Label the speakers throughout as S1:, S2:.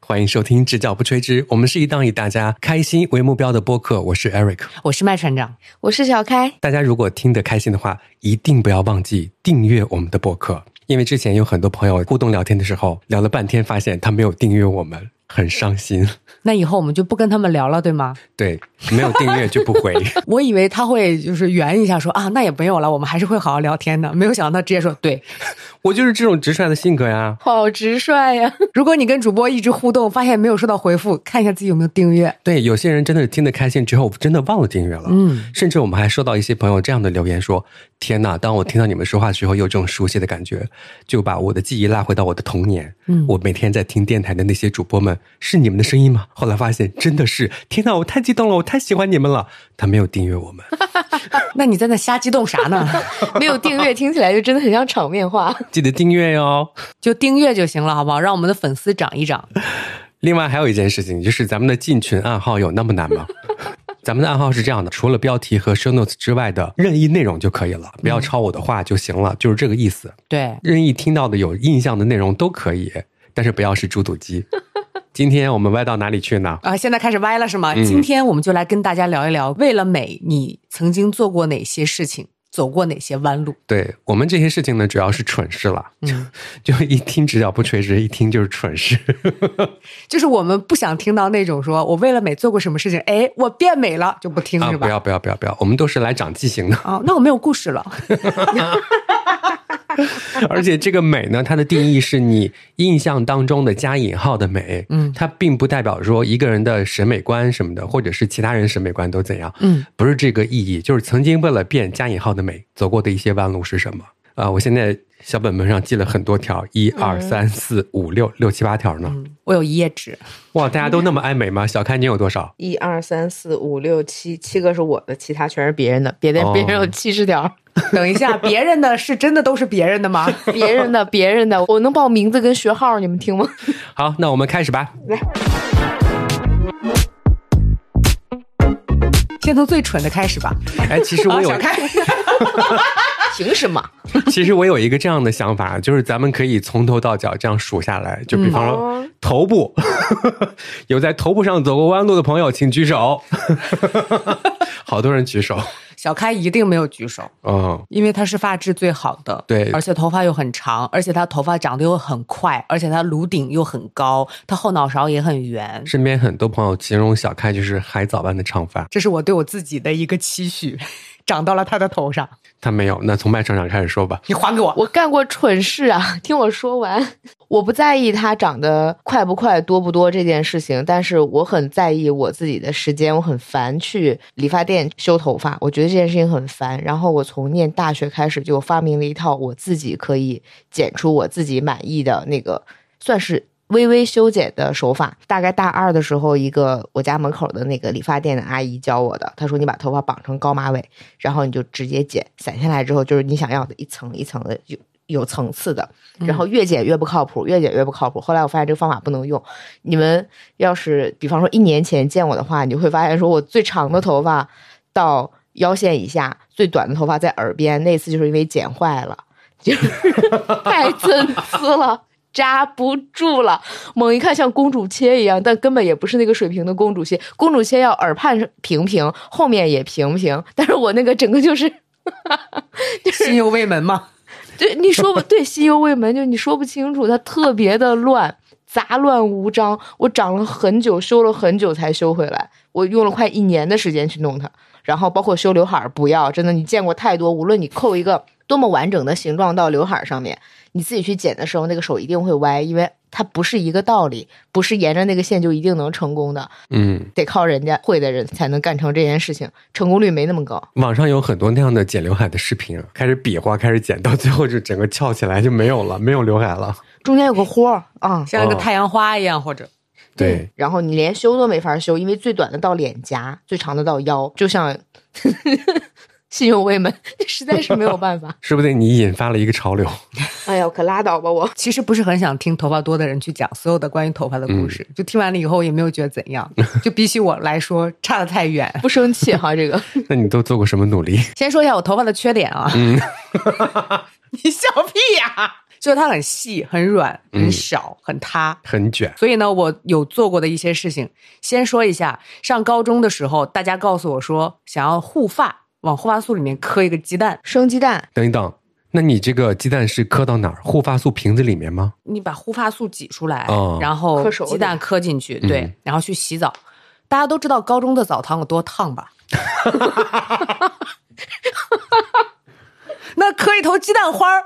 S1: 欢迎收听《只脚不吹之》，我们是一档以大家开心为目标的播客。我是 Eric，
S2: 我是麦船长，
S3: 我是小开。
S1: 大家如果听得开心的话，一定不要忘记订阅我们的播客，因为之前有很多朋友互动聊天的时候，聊了半天发现他没有订阅我们，很伤心。
S2: 那以后我们就不跟他们聊了，对吗？
S1: 对，没有订阅就不回。
S2: 我以为他会就是圆一下说啊，那也没有了，我们还是会好好聊天的。没有想到他直接说对，
S1: 我就是这种直率的性格呀。
S3: 好直率呀、
S2: 如果你跟主播一直互动，发现没有收到回复，看一下自己有没有订阅。
S1: 对，有些人真的是听得开心之后，真的忘了订阅了。
S2: 嗯，
S1: 甚至我们还收到一些朋友这样的留言说：“天哪，当我听到你们说话的时候，有这种熟悉的感觉，就把我的记忆拉回到我的童年。
S2: 嗯
S1: 我每天在听电台的那些主播们，是你们的声音吗？后来发现真的是，天哪，我太激动了，我太喜欢你们了。他没有订阅我们，
S2: 那你在那瞎激动啥呢？
S3: 没有订阅，听起来就真的很像场面话。
S1: 记得订阅哟。
S2: 就订阅就行了，好不好？让我们的粉丝涨一涨。
S1: 另外还有一件事情，就是咱们的进群暗号有那么难吗？ 咱们的暗号是这样的，除了标题和 show notes 之外的任意内容就可以了，
S2: 嗯
S1: 不要抄我的话就行了，就是这个意思。
S2: 对，
S1: 任意听到的有印象的内容都可以，但是不要是猪肚 鸡。今天我们歪到哪里去呢？
S2: 啊、现在开始歪了是吗？
S1: 嗯
S2: 今天我们就来跟大家聊一聊，为了美，你曾经做过哪些事情，走过哪些弯路？
S1: 对我们这些事情呢，主要是蠢事了，
S2: 嗯，
S1: 就一听直角不垂直，一听就是蠢事。
S2: 就是我们不想听到那种说我为了美做过什么事情，哎，我变美了就不听
S1: 啊，
S2: 是
S1: 不
S2: 吧？
S1: 要不要不要不要，我们都是来长记性的。
S2: 啊、那我没有故事了。
S1: 而且这个美呢，它的定义是你印象当中的加引号的美，
S2: 嗯
S1: 它并不代表说一个人的审美观什么的，或者是其他人审美观都怎样，
S2: 嗯，
S1: 不是这个意义，就是曾经为了变加引号的美走过的一些弯路是什么啊、我现在小本本上记了很多条，一二三四五六六七八条呢。
S2: 嗯嗯，我有一页纸，
S1: 哇，大家都那么爱美吗？小开，你有多少？
S3: 一二三四五六七，七个是我的，其他全是别人的。别的
S1: 哦
S3: 别人有七十条，
S2: 等一 下，别人的是真的都是别人的吗？
S3: 别人的别人的，我能报名字跟学号，你们听吗？
S1: 好，那我们开始吧。
S2: 先从最蠢的开始吧。
S1: 哎，其实我
S2: 啊，
S1: 有
S2: 小开，
S3: 凭什么？
S1: 其实我有一个这样的想法，就是咱们可以从头到脚这样数下来，就比方说
S3: 嗯
S1: 头部， 有在头部上走过弯路的朋友，请举手。 好多人举手，
S2: 小开一定没有举手，
S1: 嗯，
S2: 因为他是发质最好的，
S1: 对
S2: 而且头发又很长，而且他头发长得又很快，而且他颅顶又很高，他后脑勺也很圆。
S1: 身边很多朋友形容小开就是海藻般的长发，
S2: 这是我对我自己的一个期许，长到了他的头上。
S1: 他没有。那从麦厂长开始说吧，
S2: 你还给 我，
S3: 我干过蠢事啊！ 听我说完，我不在意他长得快不快、多不多这件事情，但是我很在意我自己的时间，我很烦去理发店修头发，我觉得这件事情很烦。然后我从念大学开始就发明了一套我自己可以剪出我自己满意的那个，算是。微微修剪的手法，大概大二的时候，一个我家门口的那个理发店的阿姨教我的。她说：“你把头发绑成高马尾，然后你就直接剪，散下来之后就是你想要的一层一层的有有层次的，然后越剪越不靠谱，越剪越不靠谱。后来我发现这个方法不能用。你们要是比方说一年前见我的话，你就会发现说我最长的头发到腰线以下，最短的头发在耳边。那次就是因为剪坏了，就是 太参差了。扎不住了，猛一看像公主切一样，但根本也不是那个水平的公主切。公主切要耳畔平平，后面也平平，但是我那个整个就是
S2: 心有未泯吗？
S3: 对，你说不对，心忧未泯，就你说不清楚，它特别的乱，杂乱无章。我长了很久，修了很久才修回来，我用了快一年的时间去弄它，然后包括修刘海儿，不要，真的你见过太多，无论你扣一个多么完整的形状到刘海儿上面，你自己去剪的时候，那个手一定会歪，因为它不是一个道理，不是沿着那个线就一定能成功的，
S1: 嗯，
S3: 得靠人家会的人才能干成这件事情，成功率没那么高。
S1: 网上有很多那样的剪刘海的视频啊，开始比划，开始剪，到最后就整个翘起来就没有了，没有刘海了。
S3: 中间有个豁儿啊，
S2: 像一个太阳花一样，或者
S1: 对，。
S3: 嗯然后你连修都没法修，因为最短的到脸颊，最长的到腰，就像 信用未满，实在是没有办法
S1: 说不定你引发了一个潮流。
S3: 哎呦，可拉倒吧我！
S2: 其实不是很想听头发多的人去讲所有的关于头发的故事，就听完了以后也没有觉得怎样，就比起我来说差得太远。
S3: 不生气哈，这个
S1: 那你都做过什么努力？
S2: 先说一下我头发的缺点啊，你笑屁呀、就是它很细、很软、
S1: 嗯
S2: 很少、很塌。
S1: 很卷，
S2: 所以呢，我有做过的一些事情，先说一下。上高中的时候，大家告诉我说，想要护发，往护发素里面磕一个鸡蛋，
S3: 生鸡蛋，
S1: 等一等，那你这个鸡蛋是磕到哪儿？护发素瓶子里面吗？
S2: 你把护发素挤出来，
S1: 哦
S2: 然后
S3: 磕手里
S2: 鸡蛋磕进去，对，
S1: 嗯
S2: 然后去洗澡。大家都知道高中的澡堂有多烫吧？ 那磕一头鸡蛋花儿，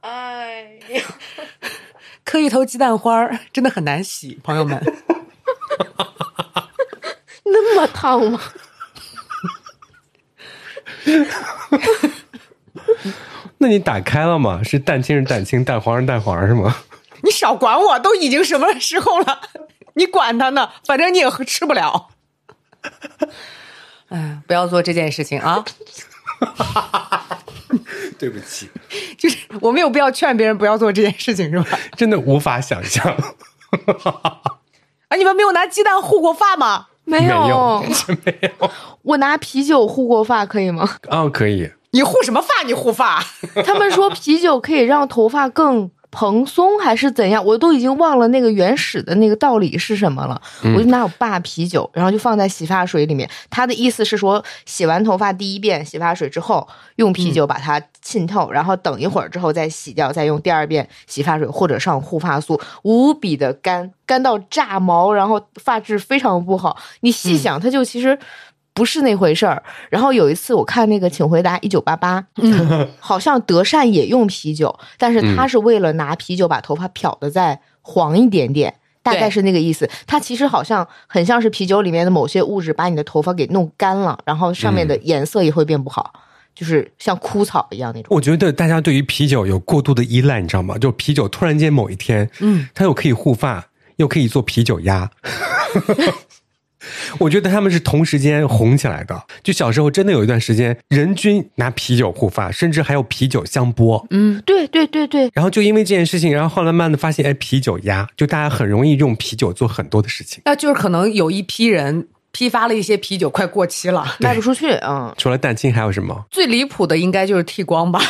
S3: 哎，
S2: 磕一头鸡蛋花儿真的很难洗，朋友们。
S3: 那么烫吗？
S1: 那你打开了吗？是蛋清是蛋清，蛋黄是蛋黄是吗？
S2: 你少管我，都已经什么时候了，你管他呢？反正你也吃不了。哎，不要做这件事情啊！
S1: 对不起，
S2: 就是我没有必要劝别人不要做这件事情，是吧？
S1: 真的无法想象，
S2: 啊，你们没有拿鸡蛋护过发吗？
S3: 没
S1: 没
S3: 有
S1: 有，，真没有。
S3: 我拿啤酒护过发可以吗？
S1: 啊、可以，
S2: 你护什么发？你护发？
S3: 他们说啤酒可以让头发更蓬松，还是怎样？我都已经忘了那个原始的那个道理是什么了。我就拿我爸啤酒，然后就放在洗发水里面。他的意思是说，洗完头发第一遍洗发水之后，用啤酒把它浸透，然后等一会儿之后再洗掉，再用第二遍洗发水或者上护发素，无比的干，干到炸毛，然后发质非常不好。你细想，它就其实。不是那回事儿。然后有一次我看那个《请回答一九八八》， 好像德善也用啤酒，但是他是为了拿啤酒把头发漂的再黄一点点。大概是那个意思，它其实好像很像是啤酒里面的某些物质把你的头发给弄干了，然后上面的颜色也会变不好，就是像枯草一样那种。
S1: 我觉得大家对于啤酒有过度的依赖，你知道吗？就啤酒突然间某一天，
S2: 嗯，
S1: 它又可以护发，又可以做啤酒鸭。 我觉得他们是同时间红起来的。就小时候真的有一段时间，人均拿啤酒护发，甚至还有啤酒香波。
S2: 嗯，
S3: 对对对对，
S1: 然后就因为这件事情，然后后来慢慢的发现，哎，啤酒鸭，就大家很容易用啤酒做很多的事情。
S2: 那就是可能有一批人批发了一些啤酒，快过期了。
S3: 卖不出去，嗯，
S1: 除了蛋清还有什么？
S2: 最离谱的应该就是剃光吧，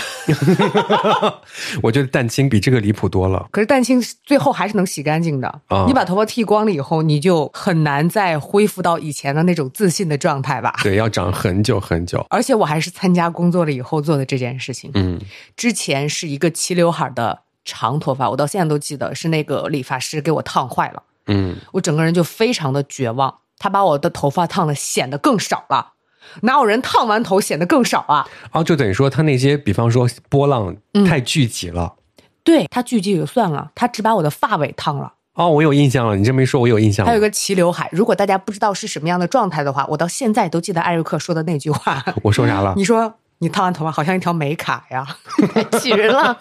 S1: 我觉得蛋清比这个离谱多了。
S2: 可是蛋清最后还是能洗干净的。
S1: 啊
S2: 你把头发剃光了以后，你就很难再恢复到以前的那种自信的状态吧。
S1: 对，要长很久很久。
S2: 而且我还是参加工作了以后做的这件事情。
S1: 嗯
S2: 之前是一个齐刘海的长头发，我到现在都记得是那个理发师给我烫坏了，
S1: 嗯，
S2: 我整个人就非常的绝望。他把我的头发烫的显得更少了，哪有人烫完头显得更少啊？
S1: 哦，就等于说它那些，比方说波浪
S2: 嗯
S1: 太聚集了。
S2: 对他聚集也就算了，他只把我的发尾烫了。
S1: 哦，我有印象了，你这么一说，我有印象
S2: 还有一
S1: 了。
S2: 个齐刘海，如果大家不知道是什么样的状态的话，我到现在都记得艾瑞克说的那句话。
S1: 我说啥了？
S2: 你说你烫完头发好像一条美卡呀，
S3: 起人了，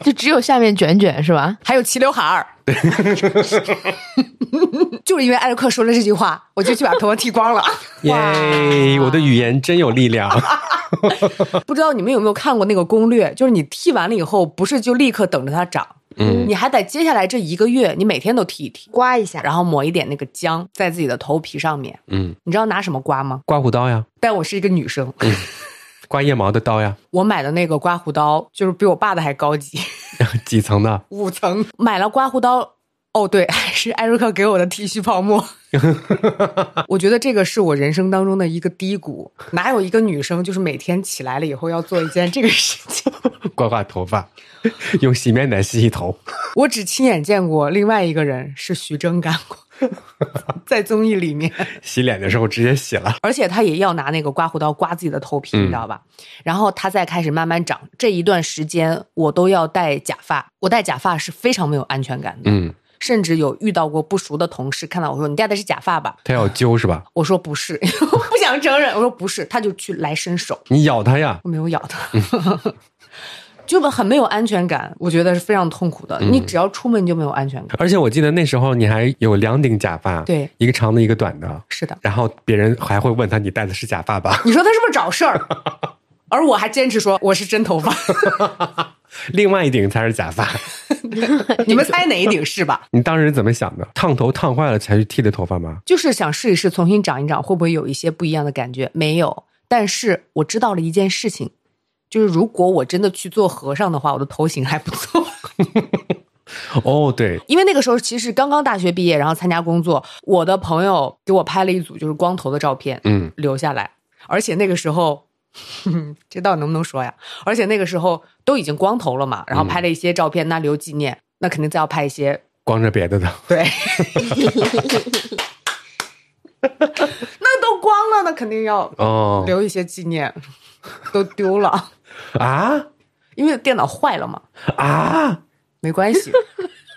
S3: 就只有下面卷卷是吧？
S2: 还有齐刘海儿。 就是因为艾瑞克说了这句话，我就去把头发剃光了。
S1: 耶我的语言真有力 量。
S2: 不知道你们有没有看过那个攻略？就是你剃完了以后，不是就立刻等着它长，
S1: 嗯
S2: 你还得接下来这一个月，你每天都剃一剃，
S3: 刮一下，
S2: 然后抹一点那个姜在自己的头皮上面。
S1: 嗯，
S2: 你知道拿什么刮吗？
S1: 刮胡刀呀，
S2: 但我是一个女生，
S1: 刮腋毛的刀呀，
S2: 我买的那个刮胡刀就是比我爸的还高级，
S1: 几层的？
S2: 五层。买了刮胡刀，哦对， 是艾瑞克给我的剃须泡沫。我觉得这个是我人生当中的一个低谷。哪有一个女生就是每天起来了以后要做一件这个事情？
S1: 刮刮头发， 用洗面奶洗洗头。
S2: 我只亲眼见过另外一个人是徐峥干过， 在综艺里面，
S1: 洗脸的时候直接洗了。
S2: 而且他也要拿那个刮胡刀刮自己的头皮，你知道吧？然后他再开始慢慢长，这一段时间我都要戴假发，我戴假发是非常没有安全感的，
S1: 嗯，
S2: 甚至有遇到过不熟的同事看到我说你戴的是假发吧？
S1: 它要揪是吧？
S2: 我说不是， 我不想承认，我说不是，他就去来伸手，
S1: 你咬它呀。
S2: 我没有咬他。 就很没有安全感，我觉得是非常痛苦的。你只要出门你就没有安全感。
S1: 而且我记得那时候你还有两顶假发，
S2: 对，
S1: 一个长的，一个短的。
S2: 是的，
S1: 然后别人还会问他你戴的是假发吧？
S2: 你说他是不是找事儿？ 而我还坚持说我是真头发，
S1: 另外一顶才是假发。
S2: 你们猜哪一顶是吧？
S1: 你当时怎么想的？烫头烫坏了才去剃的头发吗？
S2: 就是想试一试，重新长一长，会不会有一些不一样的感觉？没有，但是我知道了一件事情，就是如果我真的去做和尚的话，我的头型还不错。
S1: 哦，对，
S2: 因为那个时候其实刚刚大学毕业，然后参加工作，我的朋友给我拍了一组就是光头的照片，
S1: 嗯，
S2: 留下来。而且那个时候， 这到底能不能说呀？而且那个时候都已经光头了嘛，然后拍了一些照片，那留纪念，那肯定再要拍一些。
S1: 光着别的的，
S2: 对，那都光了，那肯定要
S1: 哦
S2: 留一些纪念， 都丢了，
S1: 啊
S2: 因为电脑坏了嘛，
S1: 啊，
S2: 没关系，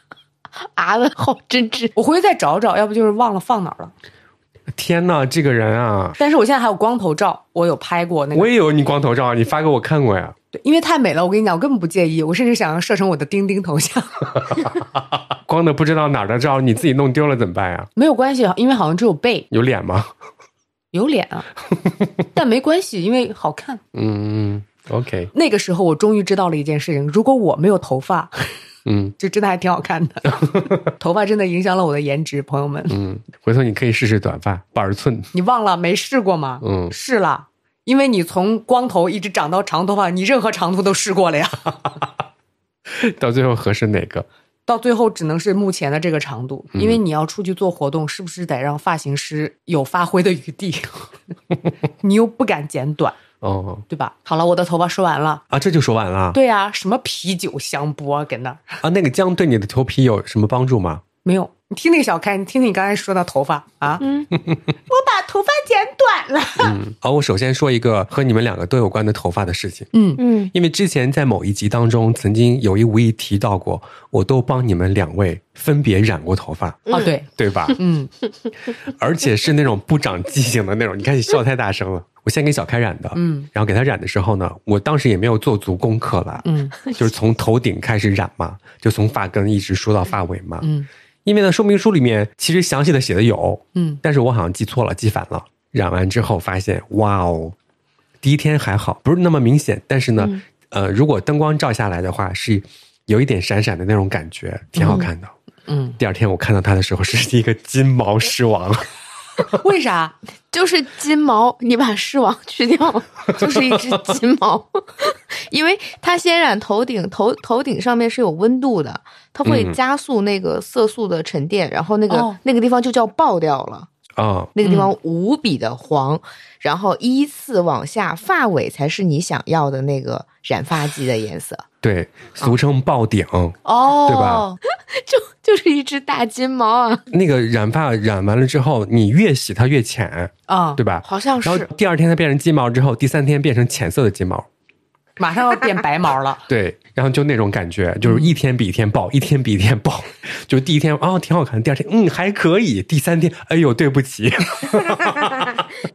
S3: 啊的好真挚。
S2: 我回去再找找，要不就是忘了放哪儿了。
S1: 天呐，这个人啊，
S2: 但是我现在还有光头照，我有拍过那个
S1: 我，也有你光头照，啊你发给我看过呀。
S2: 对因为太美了，我跟你讲，我根本不介意，我甚至想要设成我的钉钉头像，
S1: 光的不知道哪儿的照，你自己弄丢了怎么办呀？
S2: 没有关系，啊因为好像只有背
S1: 有脸吗？
S2: 有脸 啊，但没关系，因为好看。
S1: 嗯，OK，
S2: 那个时候我终于知道了一件事情，如果我没有头发，
S1: 嗯
S2: 就真的还挺好 看的，头发真的影响了我的颜值，朋友们，
S1: 嗯，回头你可以试试短发，板儿寸，
S2: 你忘了没试过吗？
S1: 嗯
S2: 试了，因为你从光头一直长到长头发，你任何长度都试过了呀，
S1: 到最后合适哪个？
S2: 到最后只能是目前的这个长度，因为你要出去做活动，是不是得让发型师有发挥的余地？ 你又不敢剪短，
S1: 哦
S2: 对吧？好了，我的头发说完了。
S1: 啊，这就说完了
S2: 对啊，什么啤酒香波搁那儿
S1: 啊。那个姜对你的头皮有什么帮助吗？
S2: 没有？你听那个小开，你听听你刚才说的头发啊，
S3: 嗯
S2: 我把头发剪短了。
S1: 嗯，好，我首先说一个和你们两个都有关的头发的事情。
S2: 嗯，
S3: 嗯，
S1: 因为之前在某一集当中，曾经有意无意提到过，我都帮你们两位分别染过头 发，
S2: 哦对，
S1: 对吧？
S2: 嗯，
S1: 而且是那种不长记性的那种。你看你笑太大声了，我先给小开染的，
S2: 嗯，
S1: 然后给他染的时候呢，我当时也没有做足功课啦，
S2: 嗯，
S1: 就是从头顶开始染 嘛，就从发根一直梳到发尾嘛，
S2: 嗯，
S1: 因为呢，说明书里面其实详细的写的有，
S2: 嗯，
S1: 但是我好像记错了，记反了。染完之后发现，哇哦，第一天还好，不是那么明显，但是呢，
S2: 嗯
S1: 呃，如果灯光照下来的话，是有一点闪闪的那种感觉，挺好看的。
S2: 嗯嗯
S1: 第二天我看到它的时候是一个金毛狮 王，
S2: 为啥？
S3: 就是金毛，你把狮王去掉，就是一只金毛， 因为它先染头顶，头头顶上面是有温度的，它会
S1: 嗯
S3: 加速那个色素的沉淀，然后那个、
S2: 哦
S3: 那个地方就叫爆掉了。
S1: 啊、
S3: 那个地方无比的黄，然后依次往下，发尾才是你想要的那个染发剂的颜色，
S1: 对，俗称爆顶。
S3: 哦
S1: 对吧？
S3: 就就是一只大金毛啊，
S1: 那个染发染完了之后，你越洗它越浅，
S2: 啊、
S1: 对吧？
S3: 好像
S1: 然后
S3: 哦是，
S1: 第二天它变成金毛之后，第三天变成浅色的金毛，
S2: 马上要变白毛了。
S1: 对，然后就那种感觉，就是一天比一天爆，一天比一天爆。 就第一天啊、挺好看，第二天嗯还可以，第三天哎呦对不起，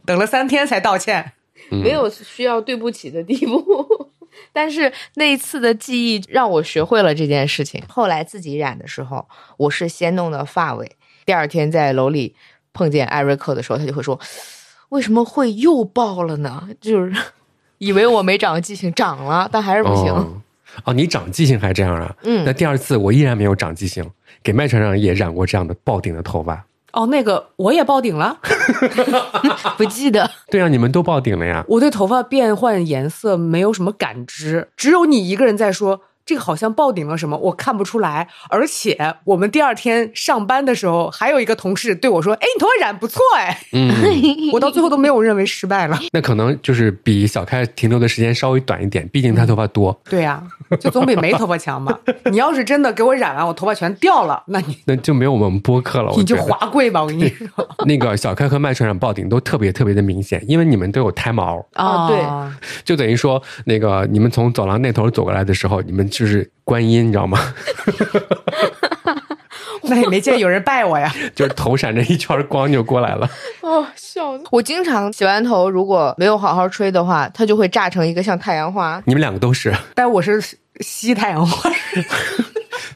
S2: 等了三天才道歉。
S1: 嗯
S3: 没有需要对不起的地步。 但是那一次的记忆让我学会了这件事情。后来自己染的时候，我是先弄的发尾，第二天在楼里碰见艾瑞克的时候，他就会说：“为什么会又爆了呢？”就是 以为我没长记性，长了，但还是不 行。
S1: 哦哦，你长记性还这样啊？
S3: 嗯
S1: 那第二次我依然没有长记性，给麦船长也染过这样的爆顶的头发。
S2: 哦，那个我也爆顶了，
S3: 不记得，
S1: 对啊，你们都爆顶了 呀？
S2: 我对头发变换颜色没有什么感知，只有你一个人在说这个好像爆顶了什么，我看不出来。而且我们第二天上班的时候，还有一个同事对我说：“哎，你头发染不错 哎。
S1: 嗯，”
S2: 我到最后都没有认为失败了。
S1: 那可能就是比小开停留的时间稍微短一点，毕竟他头发多。
S2: 对呀、就总比没头发强 嘛。你要是真的给我染完，我头发全掉了，那你
S1: 那就没有我们播客了，我
S2: 你就
S1: 觉得
S2: 滑跪吧，我跟你说。
S1: 那个小开和麦船长爆顶都特别特别的明显，因为你们都有胎毛，
S3: 哦对
S2: 啊
S1: 就等于说，那个你们从走廊那头走过来的时候，你们就是观音，你知道吗？
S2: 那也没见有人拜我呀。
S1: 就是头闪着一圈光就过来了。
S3: 哦，笑死！我经常洗完头，如果没有好好吹的话，它就会炸成一个像太阳 花。
S1: 你们两个都是，
S2: 但我是西太阳花，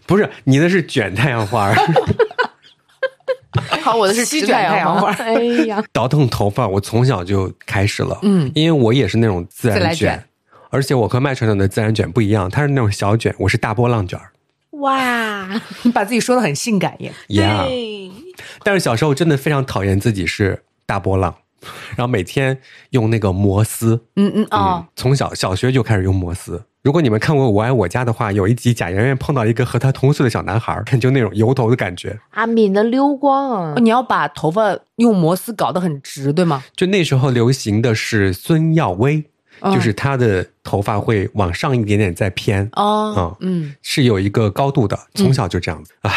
S1: 不是你的是卷太阳花，
S3: 好，我的是
S2: 西
S3: 直
S2: 卷太
S3: 阳
S2: 阳花
S3: 哎呀，
S1: 倒腾头发，我从小就开始了。
S2: 嗯
S1: 因为我也是那种自然
S2: 自来
S1: 卷，
S2: 卷
S1: 而且我和麦船长的自然卷不一样，他是那种小卷，我是大波浪卷。
S3: 哇！
S2: 你把自己说的很性感耶。
S1: y 但是小时候真的非常讨厌自己是大波浪，然后每天用那个摩丝，
S2: 嗯嗯哦，
S1: 从小小学就开始用摩丝。如果你们看过《我爱我家》的话，有一集贾圆圆碰到一个和她同岁的小男孩儿，就那种油头的感觉。
S3: 啊，抿的溜光啊
S2: 哦！你要把头发用摩丝搞得很直，对吗？
S1: 就那时候流行的是孙耀威，就是她的头发会往上一点点再偏，
S2: 哦
S1: 嗯，
S2: 嗯，
S1: 是有一个高度的，从小就这样子。唉，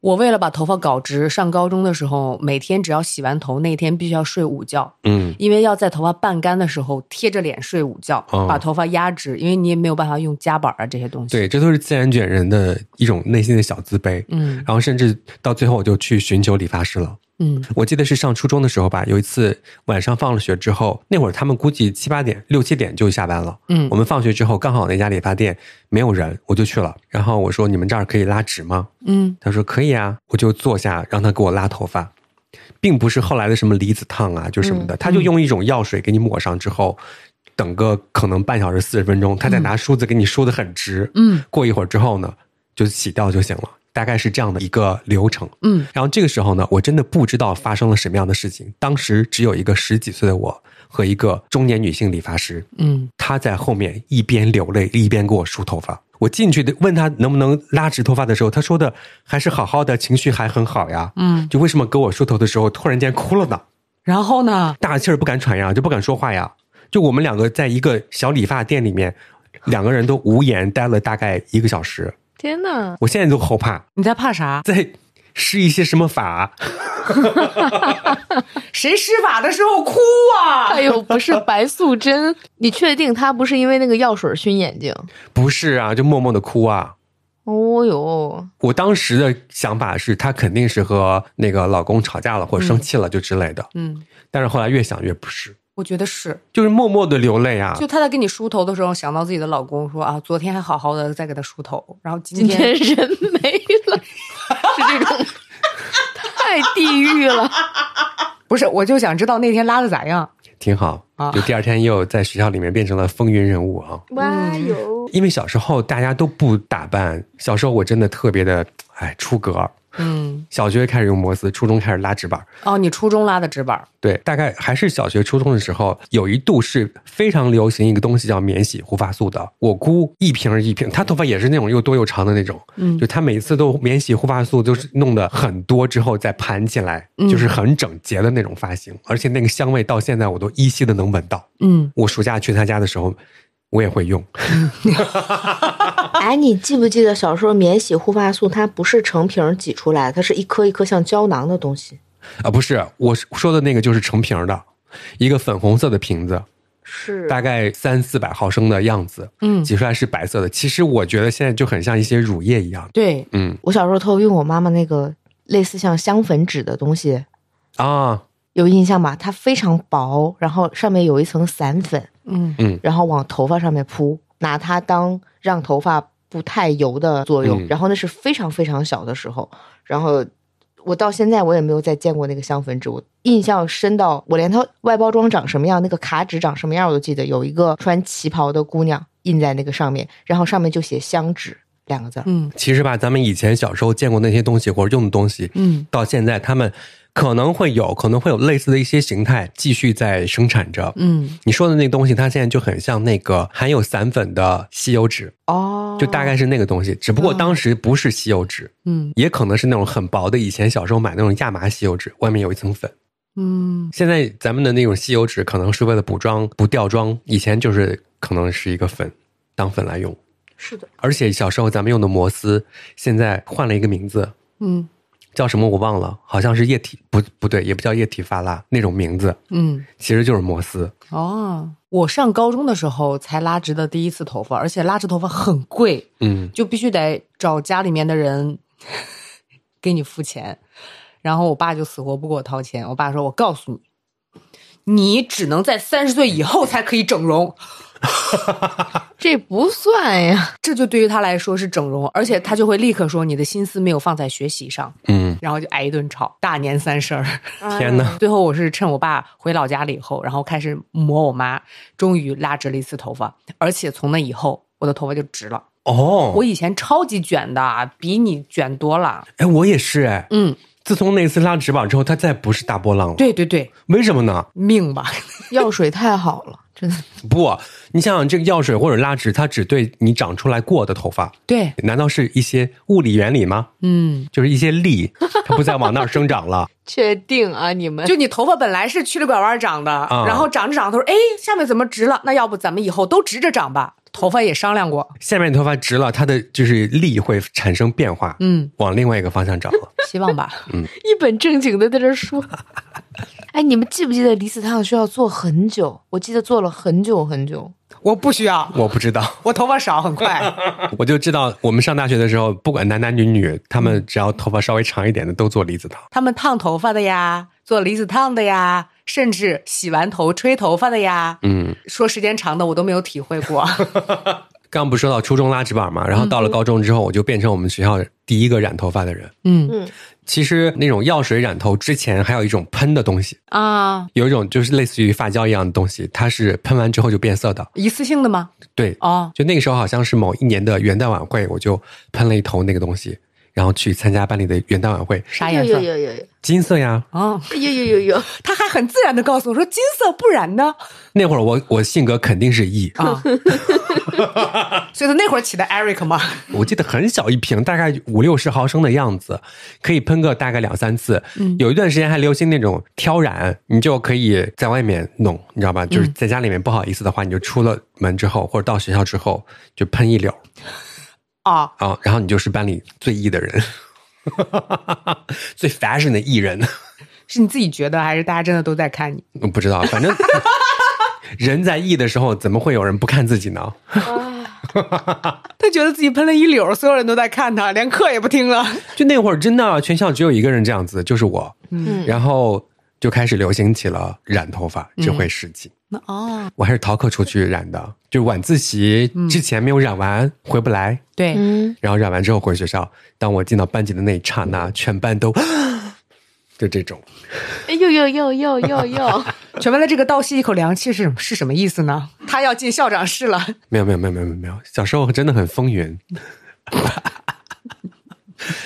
S2: 我为了把头发搞直，上高中的时候，每天只要洗完头，那天必须要睡午觉，
S1: 嗯，
S2: 因为要在头发半干的时候贴着脸睡午觉，
S1: 哦
S2: 把头发压直，因为你也没有办法用夹板啊这些东西。，
S1: 对，这都是自然卷人的一种内心的小自卑。
S2: 嗯
S1: 然后甚至到最后，我就去寻求理发师了。
S2: 嗯
S1: 我记得是上初中的时候吧，有一次晚上放了学之后，那会儿他们估计七八点、六七点就下班了。
S2: 嗯
S1: 我们放学之后，刚好那家理发店没有人，我就去了。然后我说：“你们这儿可以拉直吗
S2: 嗯？”
S1: 他说：“可以啊。”我就坐下让他给我拉头发，并不是后来的什么离子烫啊，就什
S2: 嗯
S1: 么的，他就用一种药水给你抹上之后，等个可能半小时、四十分钟，他再拿梳子给你梳得很直。
S2: 嗯
S1: 过一会儿之后呢，就洗掉就行了。大概是这样的一个流程。
S2: 嗯
S1: 然后这个时候呢，我真的不知道发生了什么样的事情。当时只有一个十几岁的我和一个中年女性理发师，
S2: 嗯
S1: 她在后面一边流泪一边给我梳头发。我进去的问她能不能拉直头发的时候，她说的还是好好的，情绪还很好呀。
S2: 嗯，
S1: 就为什么给我梳头的时候突然间哭了呢？
S2: 然后呢？
S1: 大气儿不敢喘呀，就不敢说话呀。就我们两个在一个小理发店里面，两个人都无言待了大概一个小时。
S3: 天哪，
S1: 我现在都后怕，
S2: 你在怕啥？
S1: 在施一些什么法。啊
S2: 谁施法的时候哭啊？
S3: 哎呦，不是白素贞， 你确定她不是因为那个药水熏眼睛？
S1: 不是啊，就默默的哭啊。
S3: 哦哟，
S1: 我当时的想法是，她肯定是和那个老公吵架了，或者生气了，就之类的。
S2: 嗯，
S1: 但是后来越想越不是，
S2: 我觉得是，
S1: 就是默默的流泪啊
S2: 就。她在给你梳头的时候，想到自己的老公说啊，昨天还好好的在给她梳头，然后今
S3: 今
S2: 天
S3: 天人没了， 是这 种，太地狱了。
S2: 不是，我就想知道那天拉的咋样。
S1: 挺好
S2: 啊。
S1: 就第二天又在学校里面变成了风云人物啊。
S3: 哇哟，
S1: 因为小时候大家都不打扮，小时候我真的特别的哎出格儿。
S2: 嗯，
S1: 小学开始用摩丝，初中开始拉直板儿。
S2: 哦，你初中拉的直板儿，
S1: 对，大概还是小学、初中的时候，有一度是非常流行一个东西叫免洗护发素的。我姑一瓶儿一瓶，她头发也是那种又多又长的那种，
S2: 嗯
S1: 就她每次都免洗护发素，就是弄得很多之后再盘起来，
S2: 嗯
S1: 就是很整洁的那种发型，而且那个香味到现在我都依稀的能闻到。
S2: 嗯，
S1: 我暑假去她家的时候，我也会用。
S3: 哎，你记不记得小时候免洗护发素，它不是成瓶儿挤出来，它是一颗一颗像胶囊的东西。
S1: 啊，不是，我说的那个就是成瓶儿的，一个粉红色的瓶子，
S3: 是
S1: 大概三四百毫升的样子，
S2: 嗯
S1: 挤出来是白色的。其实我觉得现在就很像一些乳液一样，
S2: 对，
S1: 嗯
S3: 我小时候偷用我妈妈那个类似像香粉纸的东西，
S1: 啊，
S3: 有印象吧？它非常薄，然后上面有一层散粉，
S2: 嗯
S3: 然后往头发上面铺，拿它当让头发不太油的作用。
S1: 嗯
S3: 然后那是非常非常小的时候，然后我到现在我也没有再见过那个香粉纸，我印象深到我连它外包装长什么样，那个卡纸长什么样我都记得。有一个穿旗袍的姑娘印在那个上面，然后上面就写“香纸”两个字儿。
S2: 嗯
S1: 其实吧，咱们以前小时候见过那些东西或者用的东西，
S2: 嗯
S1: 到现在他们可能会有，可能会有类似的一些形态继续在生产着。
S2: 嗯，
S1: 你说的那东西，它现在就很像那个含有散粉的吸油纸，
S3: 哦，
S1: 就大概是那个东西，只不过当时不是吸油纸，
S2: 嗯
S1: 也可能是那种很薄的。以前小时候买那种亚麻吸油纸，外面有一层粉。
S2: 嗯
S1: 现在咱们的那种吸油纸可能是为了补妆不掉妆，以前就是可能是一个粉当粉来用。
S3: 是的，
S1: 而且小时候咱们用的摩丝，现在换了一个名字，
S2: 嗯
S1: 叫什么我忘了，好像是液体不不对，也不叫液体发蜡那种名字，
S2: 嗯，
S1: 其实就是摩丝。
S2: 哦，我上高中的时候才拉直的第一次头发，而且拉直头发很贵，
S1: 嗯
S2: 就必须得找家里面的人给你付钱。然后我爸就死活不给我掏钱，我爸说：“我告诉你，你只能在三十岁以后才可以整容。”
S3: 这不算呀。
S2: 这就对于他来说是整容，而且他就会立刻说你的心思没有放在学习上，
S1: 嗯，
S2: 然后就挨一顿吵。大年三十儿，
S3: 哎
S1: 天哪！
S2: 最后我是趁我爸回老家了以后，然后开始磨我妈，终于拉直了一次头发，而且从那以后我的头发就直了。
S1: 哦
S2: 我，以前超级卷的，比你卷多了。
S1: 哎，我也是哎，
S2: 嗯，
S1: 自从那次拉直膀之后，它再不是大波浪了。
S2: 对对对，
S1: 为什么呢？
S2: 命吧，
S3: 药水太好了，真的。
S1: 不，你想想，这个药水或者拉直，它只对你长出来过的头发，
S2: 对，
S1: 难道是一些物理原理吗？
S2: 嗯，
S1: 就是一些力，它不再往那儿生长了。
S3: 确定啊，你们
S2: 就你头发本来是曲里拐弯长的，
S1: 嗯啊
S2: 然后长着长着，他说，哎，下面怎么直了？那要不咱们以后都直着长吧？头发也商量过，
S1: 下面头发直了，它的就是力会产生变化，
S2: 嗯，
S1: 往另外一个方向长了。
S2: 希望吧。
S3: 一本正经的在这说。 哎，你们记不记得离子烫需要做很久？我记得做了很久很久。
S2: 我不需要，
S1: 我不知道，
S2: 我头发少，很 快。
S1: 我就知道我们上大学的时候，不管男男女女，他们只要头发稍微长一点的都做离子烫。
S2: 他们烫头发的呀，做离子烫的呀，甚至洗完头吹头发的呀，
S1: 嗯，
S2: 说时间长的我都没有体会 过。
S1: 刚不是说到初中拉直板嘛，然后到了高中之后，我就变成我们学校第一个染头发的人。
S2: 嗯
S3: 嗯，
S1: 其实那种药水染头之前，还有一种喷的东西，
S2: 啊，
S1: 有一种就是类似于发胶一样的东西，它是喷完之后就变色的。
S2: 一次性的吗？
S1: 对，
S2: 哦，
S1: 就那个时候好像是某一年的元旦晚会，我就喷了一头那个东西，然后去参加班里的元旦晚会，
S2: 啥
S3: 有
S2: 颜
S3: 有
S2: 色？
S3: 有有有哎
S1: 金色呀。
S2: 哦，
S3: 有有有有，
S2: 他还很自然的告诉我说：“金色不染呢。
S1: 那会儿我我性格肯定是 E，”
S2: 啊， 所以他那会儿起的 Eric 嘛，
S1: 我记得很小一瓶，大概五六十毫升的样子，可以喷个大概两三次。有一段时间还流行那种挑染，你就可以在外面弄，你知道吧？就是在家里面不好意思的话，你就出了门之后或者到学校之后就喷一绺
S2: 啊，
S1: 啊，然后你就是班里最 E 的人， 最 fashion 的艺人。
S2: 是你自己觉得还是大家真的都在看你？
S1: 嗯，不知道，反 正人在 E 的时候，怎么会有人不看自己呢？
S2: 他觉得自己喷了一绺，所有人都在看他，连课也不听了。
S1: 就那会儿，真的全校只有一个人这样子，就是我。
S3: 嗯
S1: 然后就开始流行起了染头发这
S3: 嗯
S1: 回事情。
S2: 哦，
S1: 我还是逃课出去染的，就晚自习之前没有染完，回不来。
S2: 对，
S3: 嗯，
S1: 然后染完之后回学校，当我进到班级的那一刹那，全班都 就这种。
S3: 哎有有有有有 有，
S2: 全班的这个倒吸一口凉气是是什么意思呢？他要进校长室了，
S1: 没有没有没有没有没有没有，小时候真的很风云，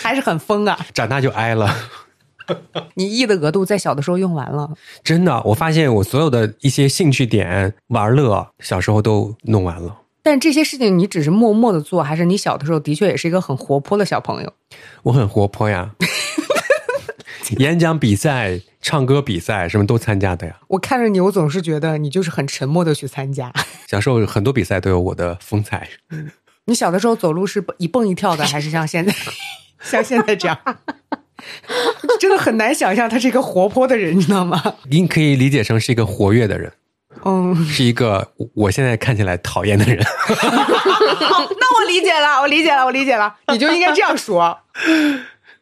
S2: 还是很疯啊！
S1: 长大就挨了。
S2: 你 E 的额度在小的时候用完了，
S1: 真的，我发现我所有的一些兴趣点、玩乐，小时候都弄完了。
S2: 但这些事情你只是默默的做，还是你小的时候的确也是一个很活泼的小朋友？
S1: 我很活泼呀，演讲比赛、唱歌比赛什么都参加的呀。
S2: 我看着你，我总是觉得你就是很沉默的去参加。
S1: 小时候很多比赛都有我的风采。
S2: 你小的时候走路是一蹦一跳的，还是像现在 像现在这样？ 真的很难想象他是一个活泼的人，你知道吗？
S1: 您可以理解成是一个活跃的人，
S2: 嗯，
S1: 是一个我现在看起来讨厌的人。
S2: 好， 那我理解了，我理解了，我理解了，你就应该这样说。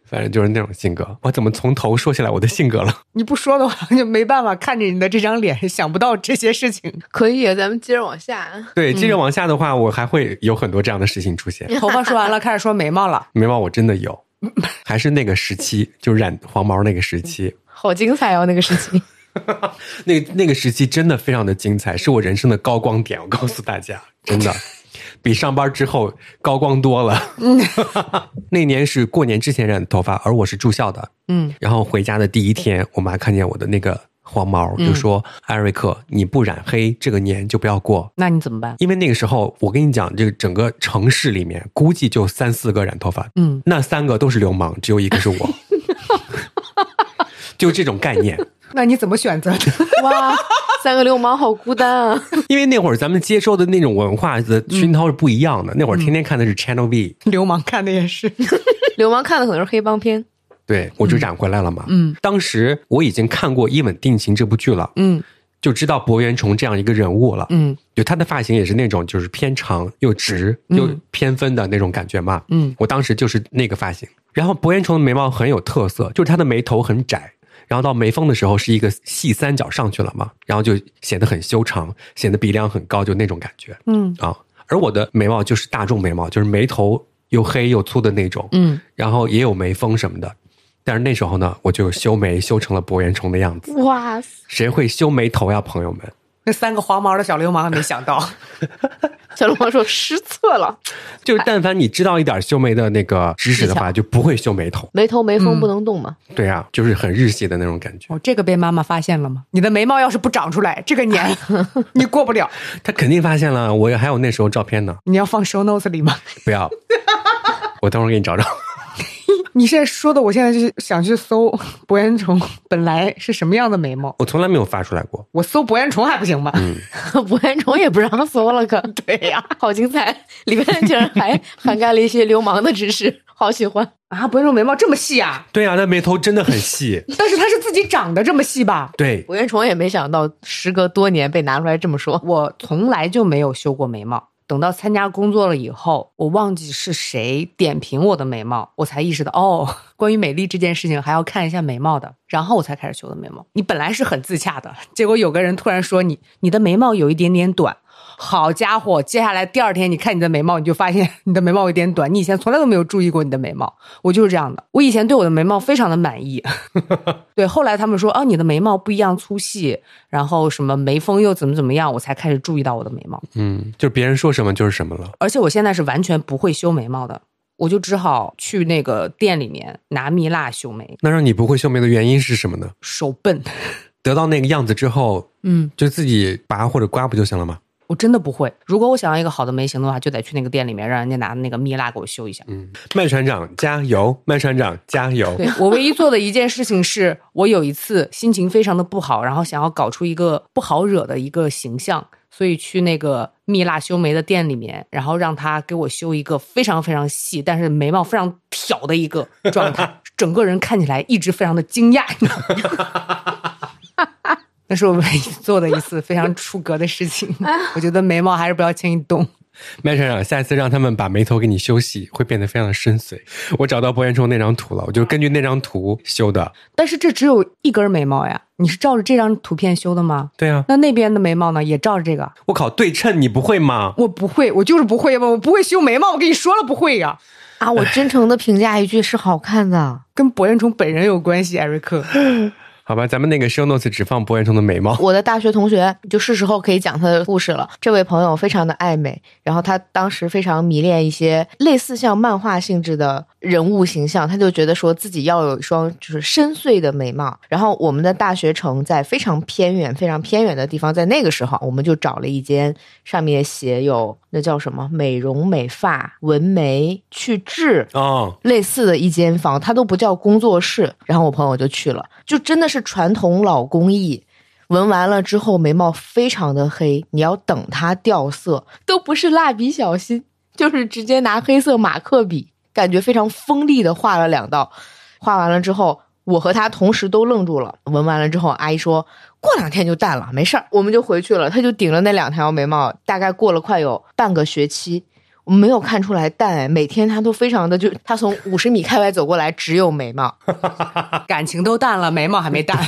S1: 反正就是那种性格，我怎么从头说起来我的性格了？
S2: 你不说的话，就没办法看着你的这张脸，想不到这些事情。
S3: 可以，咱们接着往下。啊
S1: 对，接着往下的话，我还会有很多这样的事情出现。
S2: 头发说完了，开始说眉毛了。
S1: 眉毛我真的有，还是那个时期，就染黄毛那个时期，
S3: 好精彩哦，那个事情。
S1: 那那个时期真的非常的精彩，是我人生的高光点。我告诉大家，真的比上班之后高光多了。
S2: 嗯
S1: 那年是过年之前染的头发，而我是住校的。
S2: 嗯，
S1: 然后回家的第一天，我妈看见我的那个黄毛，
S2: 嗯
S1: 就说：“艾瑞克，你不染黑，这个年就不要过。”
S2: 那你怎么办？
S1: 因为那个时候，我跟你讲，这个整个城市里面估计就三四个染头发，
S2: 嗯，
S1: 那三个都是流氓，只有一个是我， 就这种概念。
S2: 那你怎么选择的？
S3: 哇，三个流氓好孤单啊！
S1: 因为那会儿咱们接受的那种文化的熏陶是不一样的，那会儿
S2: 嗯
S1: 天天看的是 Channel V，
S2: 流氓看的也是，
S3: 流氓看的可能是黑帮片。
S1: 对我就染回来了嘛。
S2: 嗯，
S1: 当时我已经看过《一吻定情》这部剧了，
S2: 嗯
S1: 就知道柏原崇这样一个人物了。
S2: 嗯
S1: 就他的发型也是那种就是偏长又直又偏分的那种感觉嘛。
S2: 嗯，
S1: 我当时就是那个发型。然后柏原崇的眉毛很有特色，就是他的眉头很窄，然后到眉峰的时候是一个细三角上去了嘛，然后就显得很修长，显得鼻梁很高，就那种感觉。
S2: 嗯
S1: 啊，而我的眉毛就是大众眉毛，就是眉头又黑又粗的那种，
S2: 嗯，
S1: 然后也有眉峰什么的。但是那时候呢，我就修眉修成了博元虫的样子。
S3: 哇塞，
S1: 谁会修眉头呀，朋友们？
S2: 那三个黄毛的小流氓还没想到，
S3: 小流氓说失策了，
S1: 就是但凡你知道一点修眉的那个知识的话，就不会修眉头。
S3: 没头没
S2: 嗯
S3: 风不能动嘛。
S1: 对啊，就是很日系的那种感觉。
S2: 哦，这个被妈妈发现了吗？你的眉毛要是不长出来，这个 年你过不了。
S1: 他肯定发现了，我还有那时候照片呢。
S2: 你要放 show notes 里吗？
S1: 不要，我等会儿给你找找。
S2: 你现在说的，我现在就是想去搜博彦虫本来是什么样的眉毛，
S1: 我从来没有发出来过。
S2: 我搜博彦虫还不行吗？
S3: 博彦虫也不让搜了，可 对呀、好精彩！里面竟然还 涵盖了一些流氓的知识，好喜欢。
S2: 啊，博彦虫眉毛这么细啊？
S1: 对啊，那眉头真的很细。
S2: 但是他是自己长得这么细吧？
S1: 对，
S3: 博彦虫也没想到，时隔多年被拿出来这么说。
S2: 我从来就没有修过眉毛。等到参加工作了以后，我忘记是谁点评我的眉毛，我才意识到哦， 关于美丽这件事情还要看一下眉毛的。然后我才开始修的眉毛。你本来是很自洽的，结果有个人突然说你你的眉毛有一点点短。好家伙，接下来第二天你看你的眉毛，你就发现你的眉毛有点短，你以前从来都没有注意过你的眉毛。我就是这样的，我以前对我的眉毛非常的满意。对，后来他们说啊，你的眉毛不一样粗细，然后什么眉峰又怎么怎么样，我才开始注意到我的眉毛。
S1: 嗯，就别人说什么就是什么了。
S2: 而且我现在是完全不会修眉毛的，我就只好去那个店里面拿蜜蜡修眉，
S1: 那让你不会修眉的原因是什么呢？
S2: 手笨。
S1: 得到那个样子之后，
S2: 嗯，
S1: 就自己拔或者刮不就行了吗？
S2: 我真的不会。如果我想要一个好的眉形的话，就得去那个店里面让人家拿那个蜜蜡给我修一下。
S1: 嗯，麦船长加油，麦船长加油。
S2: 对我唯一做的一件事情是，我有一次心情非常的不好，然后想要搞出一个不好惹的一个形象，所以去那个蜜蜡修眉的店里面，然后让他给我修一个非常非常细，但是眉毛非常挑的一个状态，整个人看起来一直非常的惊讶。 那是我唯一做的一次非常出格的事情，我觉得眉毛还是不要轻易动。
S1: 麦船长，下一次让他们把眉头给你修细，会变得非常的深邃。我找到博彦冲那张图了，我就根据那张图修的。
S2: 但是这只有一根眉毛呀，你是照着这张图片修的吗？
S1: 对啊，
S2: 那那边的眉毛呢，也照着这个？
S1: 我靠，对称你不会吗？
S2: 我不会，我就是不会吧，我不会修眉毛，我跟你说了不会呀、
S3: 啊，我真诚的评价一句是好看的，
S2: 跟博彦虫本人有关系，艾瑞 克。
S1: 好吧，咱们那个 show notes 只放博彦冲的眉毛。
S3: 我的大学同学就是时候可以讲他的故事了。这位朋友非常的爱美，然后他当时非常迷恋一些类似像漫画性质的人物形象，他就觉得说自己要有一双就是深邃的眉毛。然后我们的大学城在非常偏远、非常偏远的地方，在那个时候我们就找了一间上面写有那叫什么美容、美发、纹眉、去痣。
S1: 哦，
S3: 类似的一间房，它都不叫工作室。然后我朋友就去了，就真的是传统老工艺。纹完了之后，眉毛非常的黑，你要等它掉色，都不是蜡笔小新，就是直接拿黑色马克笔，感觉非常锋利的画了两道。画完了之后，我和他同时都愣住了。纹完了之后，阿姨说过两天就淡了，没事儿，我们就回去了。他就顶着那两条眉毛，大概过了快有半个学期，我没有看出来淡哎，每天他都非常的就，他从五十米开外走过来，只有眉毛。
S2: 感情都淡了，眉毛还没淡。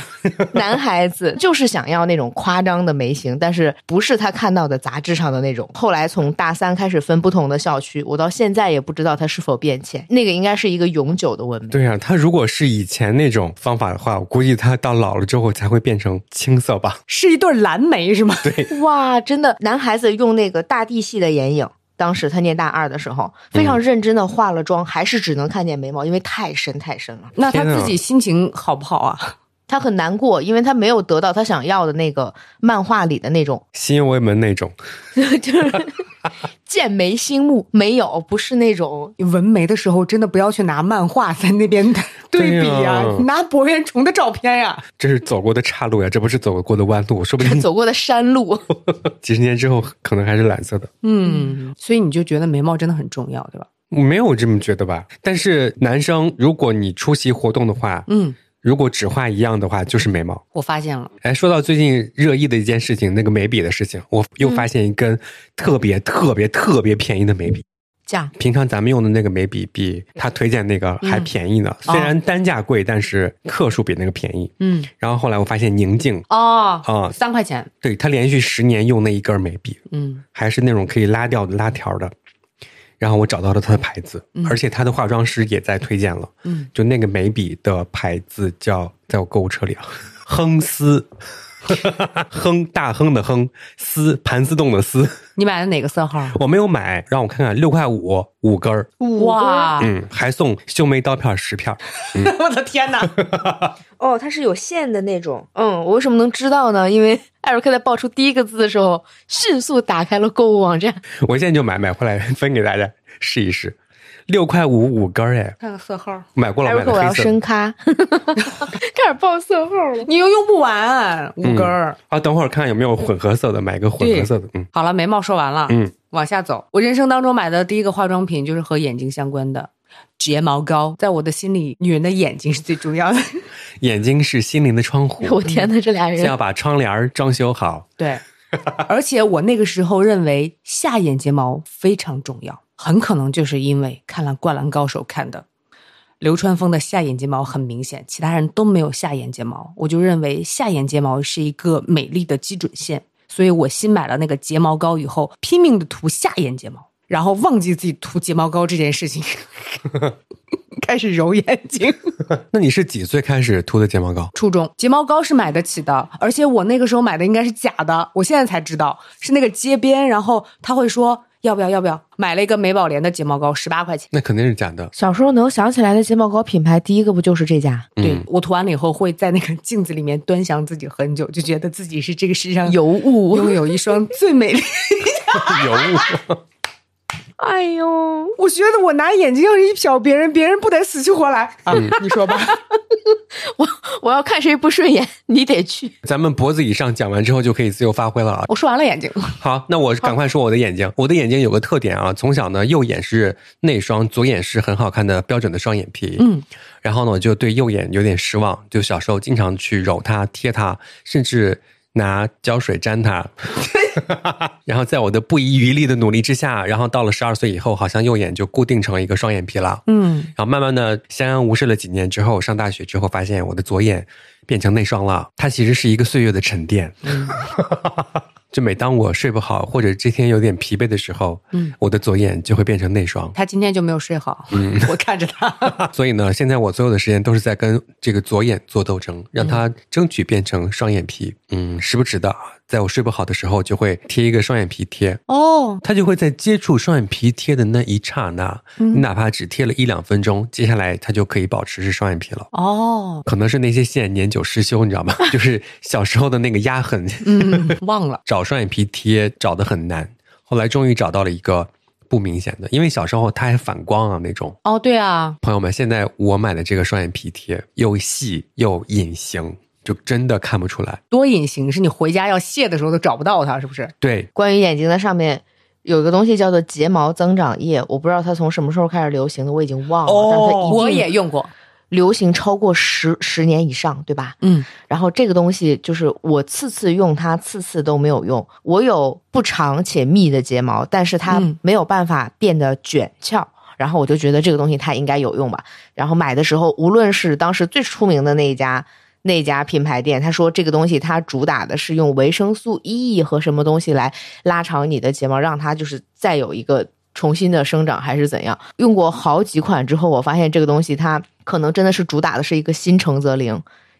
S3: 男孩子就是想要那种夸张的眉形，但是不是他看到的杂志上的那种。后来从大三开始分不同的校区，我到现在也不知道他是否变迁。那个应该是一个永久的纹眉。
S1: 对呀、啊他如果是以前那种方法的话，我估计他到老了之后才会变成青色吧。
S2: 是一对蓝眉是吗？
S3: 哇，真的，男孩子用那个大地系的眼影。当时他念大二的时候，非常认真的化了妆，还是只能看见眉毛，因为太深太深了。
S2: 那他
S1: 天哪
S2: 自己心情好不好啊？
S3: 他很难过，因为他没有得到他想要的那个漫画里的那种，
S1: 新维门那种，
S3: 就是剑眉星目，没有，不是 那种。
S2: 你纹眉的时候真的不要去拿漫画在那边 对比
S1: 对
S2: 呀、
S1: 呀
S2: 你拿博彦虫的照片呀、
S1: 这是走过的岔路呀，这不是走过的弯路，说不 定
S3: 走过的山路，
S1: 几十年之后可能还是蓝色的。
S2: 嗯，所以你就觉得眉毛真的很重要，对吧？
S1: 我没有这么觉得吧？但是男生，如果你出席活动的话，
S2: 嗯，
S1: 如果只画一样的话，就是眉毛。
S2: 我发现了，
S1: 哎，说到最近热议的一件事情，那个眉笔的事情，我又发现一根特别特别特别便宜的眉笔。
S3: 讲
S1: 平常咱们用的那个眉笔比他推荐那个还便宜呢，
S2: 嗯
S1: 虽然单价贵，但是克数比那个便宜。
S2: 嗯，
S1: 然后后来我发现宁静
S2: 哦，
S1: 啊、
S2: 三块钱，
S1: 对他连续十年用那一根眉笔，
S2: 嗯，
S1: 还是那种可以拉掉的拉条的。然后我找到了他的
S3: 嗯
S1: 牌子，而且他的化妆师也在推荐了。
S2: 嗯，
S1: 就那个眉笔的牌子叫在我购物车 里啊，亨丝， 亨大亨的亨，丝盘丝洞的丝，
S2: 你买的哪个色号？
S1: 我没有买，让我看看，六块五五根儿，
S3: 啊
S2: 哇！
S1: 嗯，还送修眉刀片十片儿，
S2: 我的天哪！
S3: 哦，它是有线的那种。嗯，我为什么能知道呢？因为艾瑞克在报出第一个字的时候，迅速打开了购物网站。
S1: 我现在就买，买回来分给大家试一试，六块五五根儿，哎，
S2: 看看色号，
S1: 买过了，
S3: 艾
S1: 买
S3: 瑞克，
S1: 的
S3: 我要
S1: 黑色的
S3: 深咖， 开始报色号了。
S2: 你又用不完五根儿。
S1: 啊，等会儿看有没有混合色的，买个混合色的，嗯，
S2: 好了，眉毛说完了，
S1: 嗯，
S2: 往下走。我人生当中买的第一个化妆品就是和眼睛相关的睫毛膏，在我的心里，女人的眼睛是最重要的。
S1: 眼睛是心灵的窗户，
S3: 我天呐，这俩
S1: 先要
S3: 人
S1: 把窗帘儿装修好，
S2: 对，而且我那个时候认为下眼睫毛非常重要，很可能就是因为看了《灌篮高手》看的。流川枫的下眼睫毛很明显，其他人都没有下眼睫毛，我就认为下眼睫毛是一个美丽的基准线，所以我新买了那个睫毛膏以后，拼命的涂下眼睫毛，然后忘记自己涂睫毛膏这件事情， 开始揉眼睛。
S1: 那你是几岁开始涂的睫毛膏？
S2: 初中，睫毛膏是买得起的，而且我那个时候买的应该是假的，我现在才知道是那个街边，然后他会说要不要要不要，买了一个美宝莲的睫毛膏，十八块钱。
S1: 那肯定是假 的，
S3: 小时候能想起来的睫毛膏品牌，第一个不就是这家？
S2: 对、我涂完了以后，会在那个镜子里面端详自己很久，就觉得自己是这个世上
S3: 尤物
S2: 拥有一双最美丽。
S1: 有误。
S3: 哎呦，
S2: 我觉得我拿眼睛要是一瞟别人，别人不得死去活来啊！你说吧，
S3: 我要看谁不顺眼，你得去。
S1: 咱们脖子以上讲完之后就可以自由发挥了啊。
S2: 我说完了眼睛，
S1: 好，那我赶快说我的眼睛。我的眼睛有个特点啊，从小呢右眼是内双，左眼是很好看的标准的双眼皮。
S2: 嗯，
S1: 然后呢我就对右眼有点失望，就小时候经常去揉它、贴它，甚至拿胶水粘它。然后在我的不遗余力的努力之下，然后到了十二岁以后，好像右眼就固定成了一个双眼皮了。
S2: 嗯，
S1: 然后慢慢的相安无事了几年之后，上大学之后发现我的左眼变成内双了，它其实是一个岁月的沉淀。 就每当我睡不好或者这天有点疲惫的时候，
S2: 嗯，
S1: 我的左眼就会变成内双。
S2: 他今天就没有睡好，我看着他，
S1: 所以呢，现在我所有的时间都是在跟这个左眼做斗争，让它争取变成双眼皮。嗯，时不时的，在我睡不好的时候就会贴一个双眼皮贴，
S2: 哦，
S1: 它就会在接触双眼皮贴的那一刹那，你哪怕只贴了一两分钟，接下来它就可以保持是双眼皮了。
S2: 哦，
S1: 可能是那些线年久失修，你知道吗？ 就是小时候的那个压痕，
S2: 嗯，忘了。
S1: 找双眼皮贴找的很难。后来终于找到了一个不明显的，因为小时候它还反光啊那种。
S2: 哦，对啊，
S1: 朋友们，现在我买的这个双眼皮贴又细又隐形，就真的看不出来。
S2: 多隐形是你回家要卸的时候都找不到它，是不是？
S1: 对，
S3: 关于眼睛的上面有一个东西叫做睫毛增长液，我不知道它从什么时候开始流行的，我已经忘了，但它一定
S2: 我也用过，
S3: 流行超过十十年以上，对吧？
S2: 嗯，
S3: 然后这个东西就是我次次用它，次次都没有用。我有不长且密的睫毛，但是它
S2: 嗯
S3: 没有办法变得卷翘。然后我就觉得这个东西它应该有用吧。然后买的时候，无论是当时最出名的那一家那一家品牌店，他说这个东西它主打的是用维生素 E 和什么东西来拉长你的睫毛，让它就是再有一个重新的生长还是怎样。用过好几款之后，我发现这个东西它可能真的是主打的是一个新承泽灵，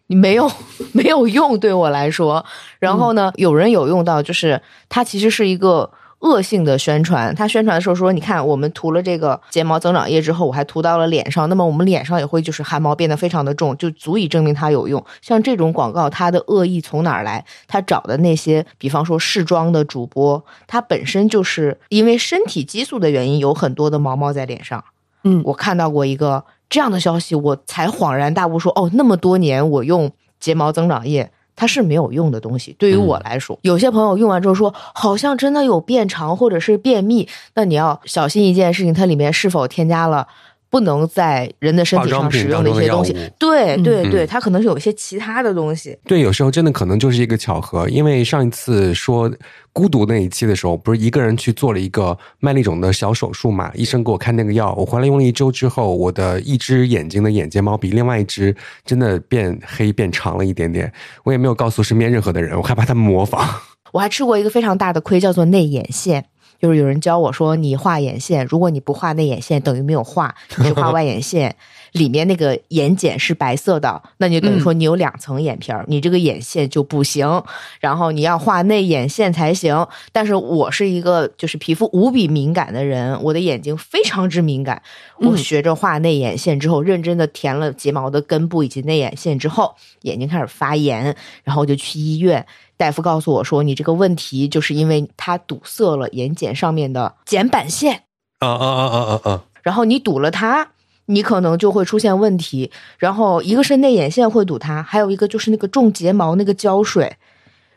S3: 你没有 没有用对我来说。然后呢，有人有用到，就是它其实是一个。恶性的宣传，它宣传的时候说：“你看，我们涂了这个睫毛增长液之后，我还涂到了脸上，那么我们脸上也会就是汗毛变得非常的重，就足以证明它有用。”像这种广告，它的恶意从哪儿来？他找的那些，比方说试妆的主播，他本身就是因为身体激素的原因，有很多的毛毛在脸上。
S2: 嗯
S3: 我看到过一个这样的消息，我才恍然大悟说，哦，那么多年我用睫毛增长液。它是没有用的东西，
S1: 嗯
S3: 对于我来说，有些朋友用完之后说，好像真的有变长或者是变密，那你要小心一件事情，它里面是否添加了不能在人的身体
S1: 化妆
S3: 上
S1: 品
S3: 使用的
S1: 当
S3: 一
S1: 中的
S3: 些
S1: 药
S3: 东西
S1: 物。
S3: 对对
S1: 嗯
S3: 对，它可能是有一些其他的东西。
S1: 对，有时候真的可能就是一个巧合，因为上一次说孤独那一期的时候，不是一个人去做了一个麦粒肿的小手术嘛？医生给我开那个药，我回来用了一周之后，我的一只眼睛的眼睫毛比另外一只真的变黑变长了一点点。我也没有告诉身边任何的人，我害怕他们模仿。
S3: 我还吃过一个非常大的亏，叫做内眼线。就是有人教我说，你画眼线，如果你不画内眼线，等于没有画，你只画外眼线。里面那个眼睑是白色的，那你就等于说你有两层眼皮儿，你这个眼线就不行，然后你要画内眼线才行。但是我是一个就是皮肤无比敏感的人，我的眼睛非常之敏感。我
S2: 嗯
S3: 学着画内眼线之后，认真的填了睫毛的根部以及内眼线之后，眼睛开始发炎，然后我就去医院。大夫告诉我说，你这个问题就是因为它堵塞了眼睑上面的睑板腺，
S1: 啊啊啊啊啊啊！
S3: 然后你堵了它，你可能就会出现问题。然后一个是内眼线会堵它，还有一个就是那个种睫毛那个胶水，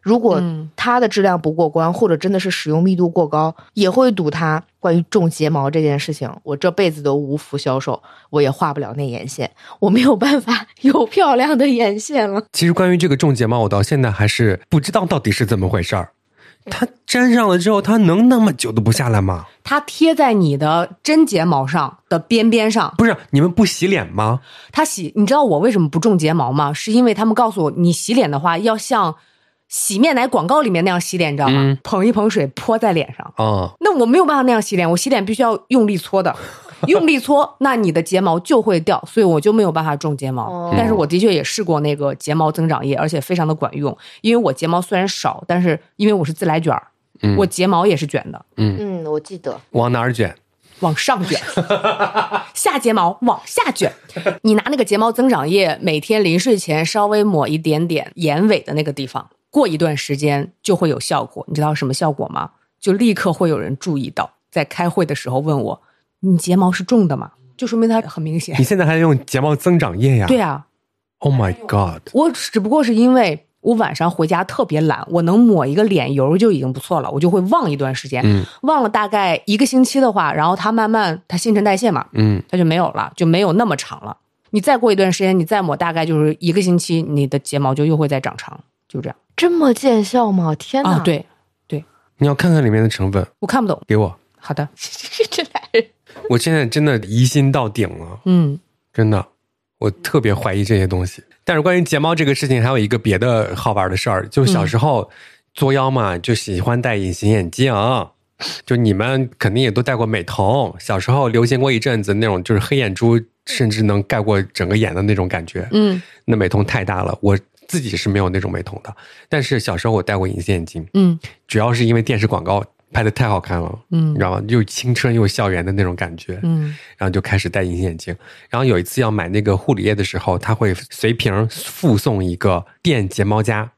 S3: 如果
S2: 嗯
S3: 它的质量不过关，或者真的是使用密度过高，也会堵它。关于种睫毛这件事情，我这辈子都无福消受，我也画不了内眼线，我没有办法有漂亮的眼线了。
S1: 其实关于这个种睫毛，我到现在还是不知道到底是怎么回事儿。它粘上了之后，它能那么久都不下来吗？
S2: 它贴在你的真睫毛上的边边上，
S1: 不是你们不洗脸吗？
S2: 它洗，你知道我为什么不种睫毛吗？是因为他们告诉我，你洗脸的话要像洗面奶广告里面那样洗脸，你知道吗？
S1: 嗯
S2: 捧一捧水泼在脸上。
S1: 啊、
S2: 那我没有办法那样洗脸，我洗脸必须要用力搓的，用力搓，那你的睫毛就会掉，所以我就没有办法种睫毛。
S3: 哦
S2: 但是我的确也试过那个睫毛增长液，而且非常的管用，因为我睫毛虽然少，但是因为我是自来卷儿，
S1: 嗯
S2: 我睫毛也是卷的，
S3: 嗯，我记得
S1: 往哪儿卷？
S2: 往上卷，下睫毛往下卷。你拿那个睫毛增长液，每天临睡前稍微抹一点点眼尾的那个地方，过一段时间就会有效果。你知道什么效果吗？就立刻会有人注意到，在开会的时候问我：“你睫毛是重的吗？”就说明它很明显
S1: 你。现在还用睫毛增长液呀？
S2: 对啊，
S1: ，Oh my God！
S2: 我只不过是因为我晚上回家特别懒，我能抹一个脸油就已经不错了，我就会忘一段时间。
S1: 嗯
S2: 忘了大概一个星期的话，然后它慢慢它新陈代谢嘛，
S1: 嗯，
S2: 它就没有了，就没有那么长了。你再过一段时间，你再抹大概就是一个星期，你的睫毛就又会再长长，就这样
S3: 这么见效吗？天哪！
S2: 啊。，对，
S1: 你要看看里面的成分，
S2: 我看不懂。
S1: 给我。
S2: 好的，
S3: 这俩人
S1: 我现在真的疑心到顶了，
S2: 嗯，
S1: 真的，我特别怀疑这些东西。但是关于睫毛这个事情，还有一个别的好玩的事儿，就是小时候作妖嘛，
S2: 嗯
S1: 就喜欢戴隐形眼镜。就你们肯定也都戴过美瞳，小时候流行过一阵子那种就是黑眼珠，甚至能盖过整个眼的那种感觉。
S2: 嗯
S1: 那美瞳太大了，我自己是没有那种美瞳的，但是小时候我戴过隐形眼镜，
S2: 嗯
S1: 主要是因为电视广告拍的太好看了，你
S2: 嗯
S1: 知道吗？又青春又校园的那种感觉。
S2: 嗯
S1: 然后就开始戴隐形眼镜。然后有一次要买那个护理液的时候，他会随瓶附送一个电睫毛夹，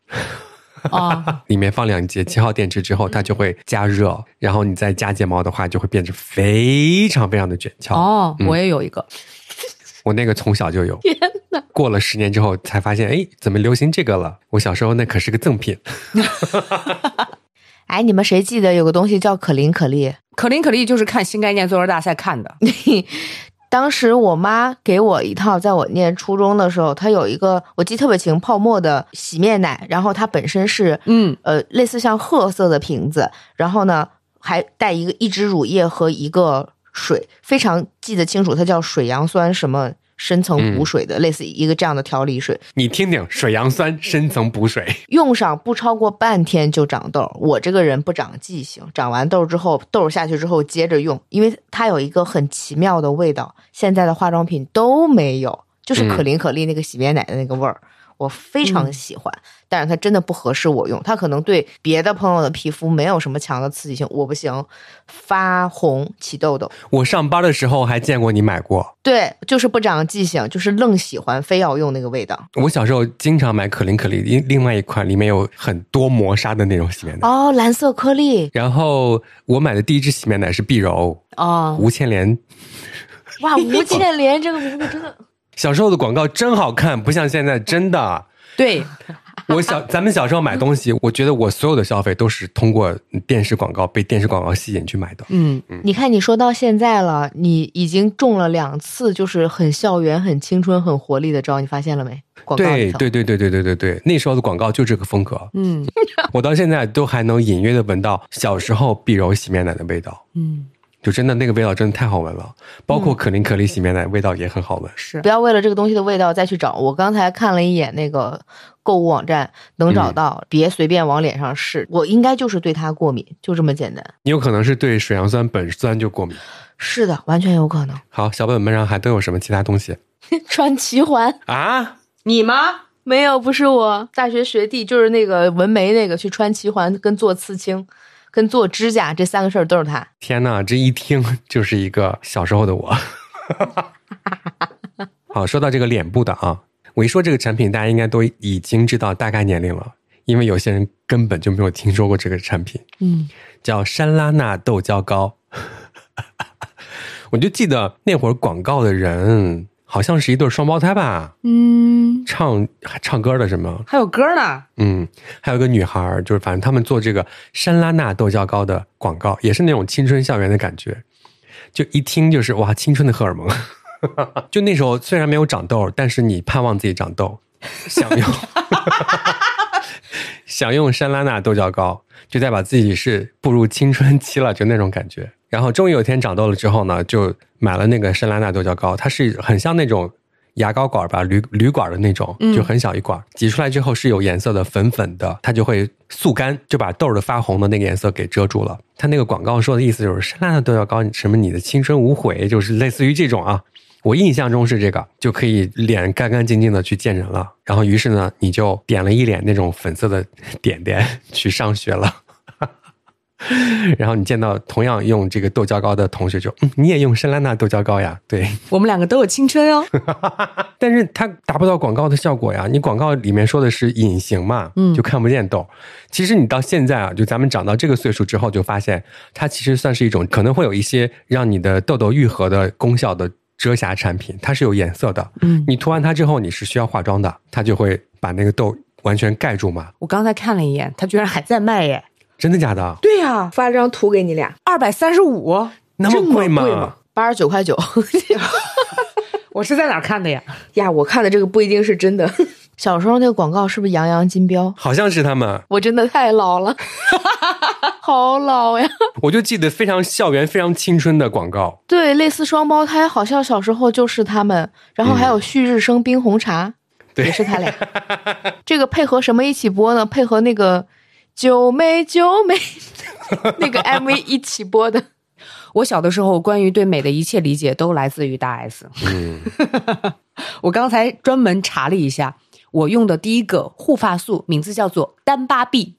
S2: 啊，
S1: 里面放两节七号电池之
S2: 嗯
S1: 后，它就会加热，然后你再加睫毛的话，就会变得非常非常的卷翘。
S2: 哦，我也有一个，
S1: 我那个从小就有。天哪！过了十年之后才发现，哎，怎么流行这个了？我小时候那可是个赠品。
S3: 哎，你们谁记得有个东西叫可伶可俐？
S2: 可伶可俐就是看新概念作文大赛看的，
S3: 当时我妈给我一套，在我念初中的时候，她有一个我记得特别清，泡沫的洗面奶，然后它本身是
S2: 嗯
S3: 呃类似像褐色的瓶子，然后呢还带一个一支乳液和一个水，非常记得清楚，它叫水杨酸什么深层补水的，类似一个这样的调理水。
S1: 你听听，水杨酸深层补水，
S3: 用上不超过半天就长痘儿。我这个人不长记性，长完痘儿之后，痘儿下去之后接着用，因为它有一个很奇妙的味道，现在的化妆品都没有，就是可伶可俐那个洗面奶的那个味儿。我非常喜欢，但是它真的不合适我用，它可能对别的朋友的皮肤没有什么强的刺激性，我不行，发红起痘痘，
S1: 我上班的时候还见过你买过。
S3: 对，就是不长记性，就是愣喜欢，非要用那个味道。
S1: 我小时候经常买可伶可俐，另另外一款里面有很多磨砂的那种洗面奶。
S3: 哦，蓝色颗粒，
S1: 然后我买的第一支洗面奶是碧柔，
S3: 哦
S2: 啊，
S1: 吴倩莲。
S3: 哇，吴倩莲这个名字真的。
S1: 小时候的广告真好看，不像现在，真的。
S2: 对，
S1: 我小咱们小时候买东西，我觉得我所有的消费都是通过电视广告被电视广告吸引去买的。
S2: 嗯
S3: 你看，你说到现在了，你已经中了两次，就是很校园、很青春、很活力的招，你发现了没？广告
S1: 对
S3: 里头
S1: 对对对对对对对，那时候的广告就这个风格，
S2: 嗯
S1: 我到现在都还能隐约的闻到小时候碧柔洗面奶的味道，
S2: 嗯，
S1: 就真的那个味道真的太好闻了。包括可伶可俐洗面奶味道也很好闻。
S2: 是
S3: 不，要为了这个东西的味道再去找。我刚才看了一眼那个购物网站，能找
S1: 嗯
S3: 到，别随便往脸上试。我应该就是对它过敏，就这么简单。
S1: 你有可能是对水杨酸本酸就过敏。
S3: 是的，完全有可能。
S1: 好，小本本上还都有什么其他东西？
S3: 穿齐环。
S1: 啊，
S2: 你吗？
S3: 没有，不是我大学学弟，就是那个纹眉那个去穿齐环跟做刺青。跟做指甲这三个事儿都是他，
S1: 天哪，这一听就是一个小时候的我。 好，说到这个脸部的啊，我一说这个产品，大家应该都已经知道大概年龄了，因为有些人根本就没有听说过这个产品。
S3: 嗯，
S1: 叫山拉纳豆胶膏。 我就记得那会儿广告的人好像是一对双胞胎吧，
S3: 嗯，
S1: 唱唱歌的什么，
S2: 还有歌呢？
S1: 嗯，还有一个女孩儿，就是反正他们做这个山拉纳豆胶膏的广告，也是那种青春校园的感觉，就一听就是哇，青春的荷尔蒙。就那时候虽然没有长痘，但是你盼望自己长痘，想用 想用山拉娜豆角膏，就代表自己是步入青春期了，就那种感觉。然后终于有一天长痘了之后呢，就买了那个山拉娜豆角膏，它是很像那种牙膏管吧，铝铝管的那种，就很小一管，挤出来之后是有颜色的，粉粉的，它就会速干，就把痘儿的发红的那个颜色给遮住了。它那个广告说的意思就是山拉娜豆角膏，什么你的青春无悔，就是类似于这种啊。我印象中是这个，就可以脸干干净净的去见人了。然后于是呢，你就点了一脸那种粉色的点点去上学了。 然后你见到同样用这个豆胶膏的同学就，嗯，你也用山拉娜豆胶膏呀？对，
S2: 我们两个都有青春哦。
S1: 但是它达不到广告的效果呀。你广告里面说的是隐形嘛，
S2: 嗯
S1: 就看不见痘。其实你到现在啊，就咱们长到这个岁数之后，就发现它其实算是一种可能会有一些让你的痘痘愈合的功效的遮瑕产品，它是有颜色的。
S2: 嗯，
S1: 你涂完它之后，你是需要化妆的，它就会把那个痘完全盖住嘛？
S2: 我刚才看了一眼，他居然还在卖耶！
S1: 真的假的？
S2: 对呀、
S3: 发张图给你俩，
S2: 二百三十五，
S1: 那
S3: 这
S1: 贵吗？
S3: 吗？八十九块九
S2: 我是在哪儿看的呀？
S3: 呀！我看的这个不一定是真的。 小时候那个广告是不是杨洋金标？
S1: 好像是他们，
S3: 我真的太老 了，好老呀！
S1: 我就记得非常校园、非常青春的广告。
S3: 对，类似双胞胎，好像小时候就是他们，然后还有旭日升冰红茶，
S1: 嗯对
S3: 也 是他俩。这个配合什么一起播呢？配合那个九妹九妹 那个 MV 一起播的。
S2: 我小的时候关于对美的一切理解都来自于大 S。
S1: 嗯，
S2: 我刚才专门查了一下，我用的第一个护发素名字叫做丹巴碧，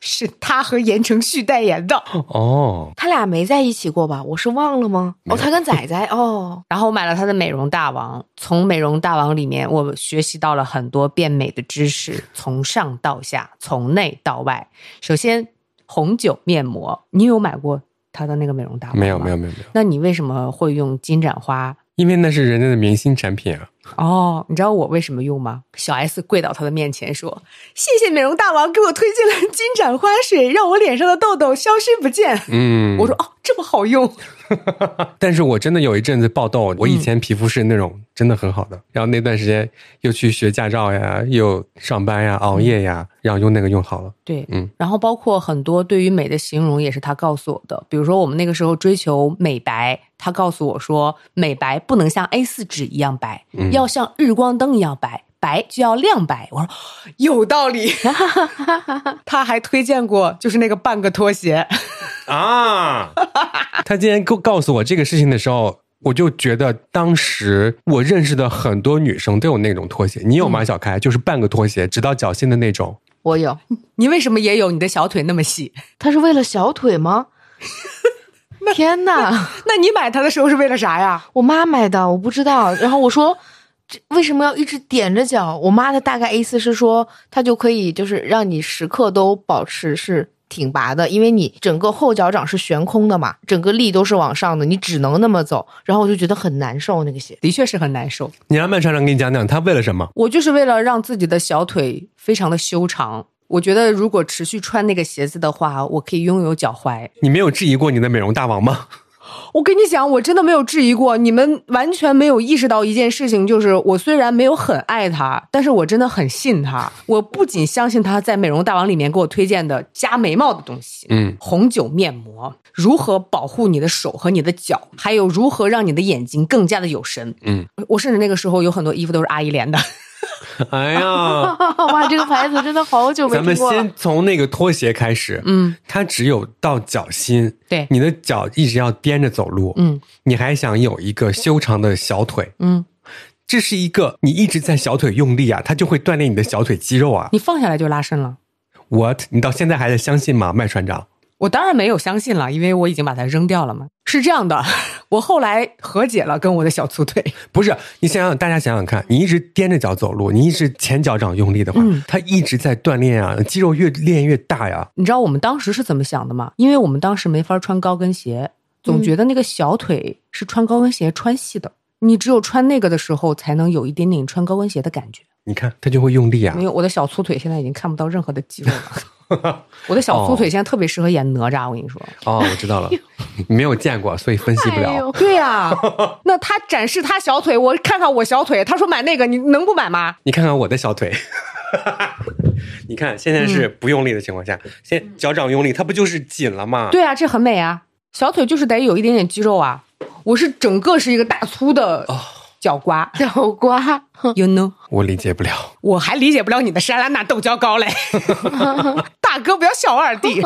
S2: 是他和言承旭代言的。
S1: 哦，
S3: 他俩没在一起过吧？我是忘了吗？哦，他跟仔仔哦，
S2: 然后我买了他的美容大王，从美容大王里面，我学习到了很多变美的知识，从上到下，从内到外。首先，红酒面膜，你有买过他的那个美容大王吗？
S1: 没有，没有，。没有，没有，
S2: 那你为什么会用金盏花？
S1: 因为那是人家的明星产品啊。
S2: 哦，你知道我为什么用吗？小 S 跪到他的面前说：“谢谢美容大王给我推荐了金盏花水，让我脸上的痘痘消失不见。
S1: 嗯，
S2: 我说：“哦，这么好用。
S1: 但是我真的有一阵子爆痘，我以前皮肤是那种真的很好的，然后那段时间又去学驾照呀，又上班呀，熬夜呀，然后用那个用好了。”
S2: 对，
S1: 嗯，
S2: 然后包括很多对于美的形容也是他告诉我的，比如说我们那个时候追求美白，他告诉我说，美白不能像 A 四纸一样白，
S1: 嗯
S2: 要像日光灯一样白，白就要亮白。我说哦有道 理。他还推荐过就是那个半个拖鞋，
S1: 啊！ 他今天告告诉我这个事情的时候，我就觉得当时我认识的很多女生都有那种拖鞋，你有吗？小开，就是半个拖鞋，直到脚心的那种。
S3: 我有。
S2: 你为什么也有你的小腿那么细？
S3: 他是为了小腿 吗？天哪！
S2: 那你买它的时候是为了啥呀？
S3: 我妈买的，我不知道。然后我说，这为什么要一直踮着脚？我妈的大概意思是说，它就可以就是让你时刻都保持是挺拔的，因为你整个后脚掌是悬空的嘛，整个力都是往上的，你只能那么走。然后我就觉得很难受那个鞋。
S2: 的确是很难受。
S1: 你让麦船长给你讲讲他为了什么？
S2: 我就是为了让自己的小腿非常的修长。我觉得如果持续穿那个鞋子的话，我可以拥有脚踝。
S1: 你没有质疑过你的美容大王吗？
S2: 我跟你讲，我真的没有质疑过，你们完全没有意识到一件事情，就是我虽然没有很爱他，但是我真的很信他。我不仅相信他在美容大王里面给我推荐的加眉毛的东西，
S1: 嗯，
S2: 红酒面膜，如何保护你的手和你的脚，还有如何让你的眼睛更加的有神。
S1: 嗯，
S2: 我甚至那个时候有很多衣服都是阿姨连的。
S1: 哎 呀，
S3: 哇，这个牌子真的好久没
S1: 咱们
S3: 听过了。
S1: 先从那个拖鞋开始。
S2: 嗯，
S1: 它只有到脚心，
S2: 对
S1: 你的脚一直要踮着走路。
S2: 嗯，
S1: 你还想有一个修长的小腿，
S2: 嗯，
S1: 这是一个你一直在小腿用力啊，它就会锻炼你的小腿肌肉啊。
S2: 你放下来就拉伸了。
S1: What？你到现在还在相信吗，麦船长？
S2: 我当然没有相信了，因为我已经把它扔掉了嘛。是这样的， 我后来和解了，跟我的小粗腿。
S1: 不是，你想想，大家想想看，你一直踮着脚走路，你一直前脚掌用力的话，
S2: 嗯
S1: 它一直在锻炼啊，肌肉越练越大呀。
S2: 你知道我们当时是怎么想的吗？因为我们当时没法穿高跟鞋，总觉得那个小腿是穿高跟鞋穿细的，你只有穿那个的时候，才能有一点点穿高跟鞋的感觉。
S1: 你看，它就会用力啊
S2: 没。有，我的小粗腿现在已经看不到任何的肌肉了。我的小粗腿现在特别适合演哪吒，我跟你说。
S1: 哦，我知道了，你没有见过，所以分析不
S3: 哎
S1: 了。
S3: 呦
S2: 对呀、那他展示他小腿，我看看我小腿。他说买那个，你能不买吗？
S1: 你看看我的小腿， 你看现在
S2: 嗯
S1: 是不用力的情况下，现脚掌用力，它不就是紧了吗？
S2: 对啊，这很美啊，小腿就是得有一点点肌肉啊。我是整个是一个大粗的脚瓜、
S3: 小瓜，
S2: y o u know。
S1: 我理解不了。
S2: 我还理解不了你的山兰娜豆椒糕嘞， 大哥不要小我二弟。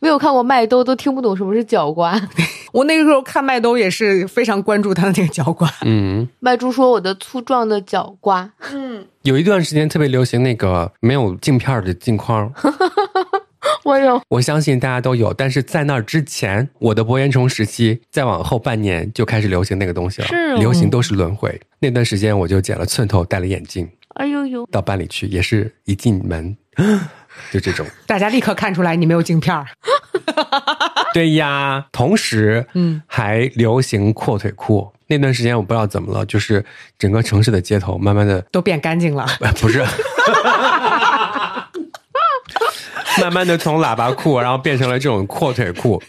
S3: 没有看过麦兜都听不懂什么是角瓜。
S2: 我那个时候看麦兜也是非常关注他的那个脚瓜，
S1: 嗯，
S3: 麦猪说我的粗壮的角瓜，
S1: 有一段时间特别流行那个没有镜片儿的镜框，
S3: 我有
S1: 我相信大家都有，但是在那之前，我的博眼虫时期，再往后半年就开始流行那个东西了。
S3: 是哦
S1: 流行都是轮回。那段时间我就剪了寸头，戴了眼镜，
S3: 哎呦呦，
S1: 到班里去也是一进门，就 这种。
S2: 大家立刻看出来你没有镜片儿。
S1: 对呀，同时，
S2: 嗯，
S1: 还流行阔腿裤。那段时间我不知道怎么了，就是整个城市的街头慢慢的
S2: 都变干净了。
S1: 呃不是， 慢慢的从喇叭裤，然后变成了这种阔腿裤，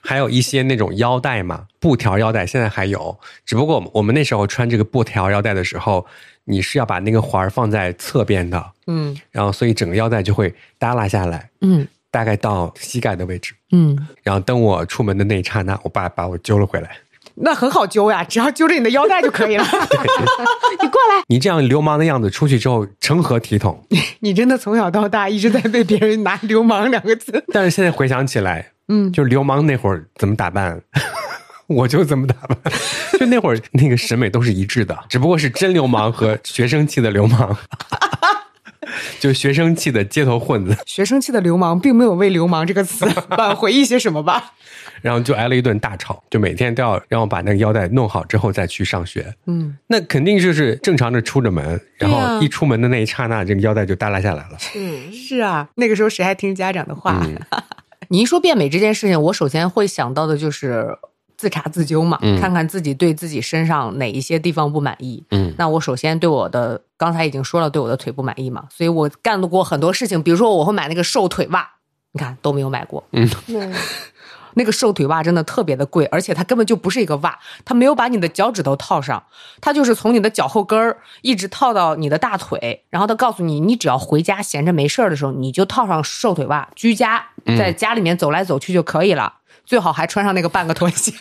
S1: 还有一些那种腰带嘛，布条腰带，现在还有，只不过我们我们那时候穿这个布条腰带的时候，你是要把那个环儿放在侧边的，
S2: 嗯
S1: 然后所以整个腰带就会耷拉下来，
S2: 嗯
S1: 大概到膝盖的位置。
S2: 嗯，
S1: 然后等我出门的那一刹那，我爸把我揪了回来。
S2: 那很好揪呀，只 要揪着你的腰带就可以了。
S3: 你过 来，
S1: 你这样流氓的样子出去之后，成何体统？
S2: 你真的从小到大一直在被别人拿“流氓”两个字。
S1: 但是现在回想起来，
S2: 嗯，
S1: 就流氓那会儿怎么打扮， 我就怎么打扮。 就那会儿那个审美都是一致的，只不过是真流氓和学生气的流氓， 就学生气的街头混子，
S2: 学生气的流氓并没有为“流氓”这个 词挽回一些什么吧？
S1: 然后就挨了一顿大吵，就每天都要让我把那个腰带弄好之后再去上学。
S2: 嗯，
S1: 那肯定就是正常的出着门，然
S2: 对啊
S1: 后一出门的那一刹那，这个腰带就耷拉下来了。
S3: 嗯，
S2: 是啊，那个时候谁还听家长的话？ 你一说变美这件事情，我首先会想到的就是自查自纠嘛，
S1: 嗯
S2: 看看自己对自己身上哪一些地方不满意。
S1: 嗯
S2: 那我首先对我的刚才已经说了，对我的腿不满意嘛，所以我干了过很多事情，比如说我会买那个瘦腿袜，你看都没有买过。
S3: 嗯
S2: 那个瘦腿袜真的特别的贵，而且它根本就不是一个袜，它没有把你的脚趾头套上，它就是从你的脚后跟儿一直套到你的大腿，然后它告诉你，你只要回家闲着没事儿的时候，你就套上瘦腿袜，居家在家里面走来走去就可以了，最好还穿上那个半个拖鞋。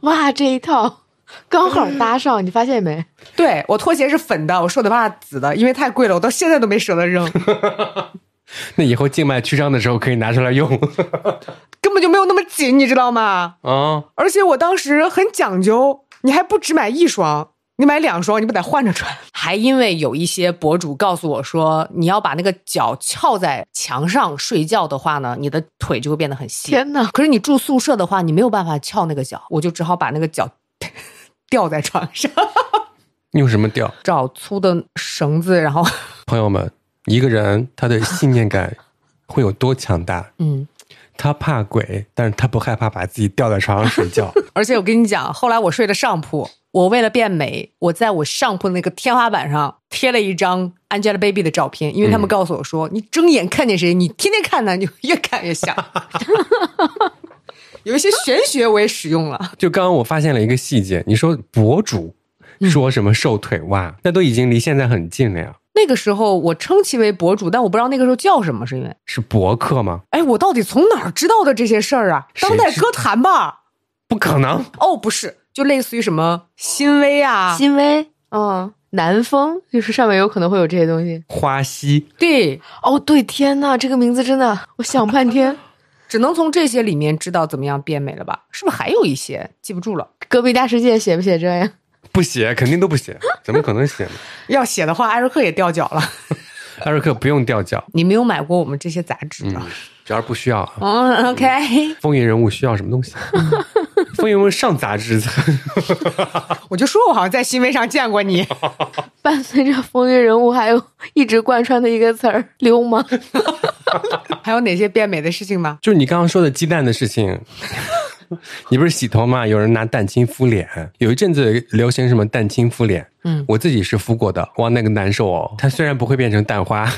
S3: 哇，这一套刚好搭上，你发现没？
S2: 对我拖鞋是粉的，我瘦腿袜紫的，因为太贵了，我到现在都没舍得扔，
S1: 那以后静脉曲张的时候可以拿出来用
S2: 根本就没有那么紧，你知道吗？
S1: 啊。
S2: 而且我当时很讲究，你还不只买一双，你买两双，你不得换着穿？还因为有一些博主告诉我说，你要把那个脚翘在墙上睡觉的话呢，你的腿就会变得很细。
S3: 天哪，
S2: 可是你住宿舍的话，你没有办法翘那个脚，我就只好把那个脚 吊在床上，
S1: 用什么调？
S2: 找粗的绳子，然后
S1: 朋友们，一个人他的信念感会有多强大？
S2: 嗯。
S1: 他怕鬼，但是他不害怕把自己吊在床上睡觉。
S2: 而且我跟你讲，后来我睡的上铺，我为了变美，我在我上铺的那个天花板上贴了一张 Angelababy 的照片，因为他们告诉我说，你睁眼看见谁，你天天看她，你就越看 越像。有一些玄学我也使用了，
S1: 就刚刚我发现了一个细节，你说博主说什么瘦腿袜，那都已经离现在很近了呀，
S2: 那个时候我称其为博主，但我不知道那个时候叫什么，是因为，
S1: 是博客吗？
S2: 哎，我到底从哪儿知道的这些事儿啊？
S1: 谁
S2: 当代
S1: 知
S2: 歌坛吧？
S1: 不可能，
S2: 哦，不是，就类似于什么新薇啊，
S3: 新薇，嗯，南风，就是上面有可能会有这些东西。
S1: 花溪
S2: 对，
S3: 哦，对，天呐，这个名字真的，我想半 天。
S2: 只能从这些里面知道怎么样变美了吧？是不是还有一些记不住了？
S3: 隔壁大世界写不写这呀？
S1: 不写，肯定都不写，怎么可能写呢？
S2: 要写的话，艾瑞克也掉脚了。
S1: 艾瑞克不用掉脚，
S2: 你没有买过我们这些杂志
S1: 嗯
S2: 吧？，
S1: 主要是不需要啊。
S2: 嗯，OK，
S1: 风云人物需要什么东西？风云人物上杂志，
S2: 我就说我好像在新闻上见过你，
S3: 伴随着风云人物，还有一直贯穿的一个词儿——流 氓。
S2: 还有哪些变美的事情吗？
S1: 就是你刚刚说的鸡蛋的事 情。你不是洗头嘛？有人拿蛋清敷脸，有一阵子流行什么蛋清敷脸，
S2: 嗯
S1: 我自己是敷过的，哇，那个难受哦。它虽然不会变成蛋花，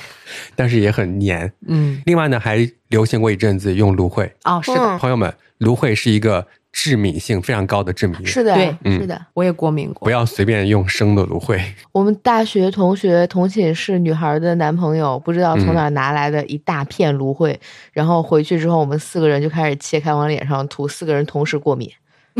S1: 但是也很黏。
S2: 嗯，
S1: 另外呢，还流行过一阵子用芦荟，
S2: 哦，是的，
S3: 嗯
S1: 朋友们，芦荟是一个致敏性非常高的致敏
S3: 是
S1: 源，
S3: 的
S2: 对，
S1: 嗯
S3: 是的。
S2: 我也过敏过
S1: 不。要随便用生的芦荟。
S3: 我们大学同学同寝室女孩的男朋友，不知道从哪儿拿来的一大片芦荟，然后回去之后，我们四个人就开始切开往脸上涂，四个人同时过敏。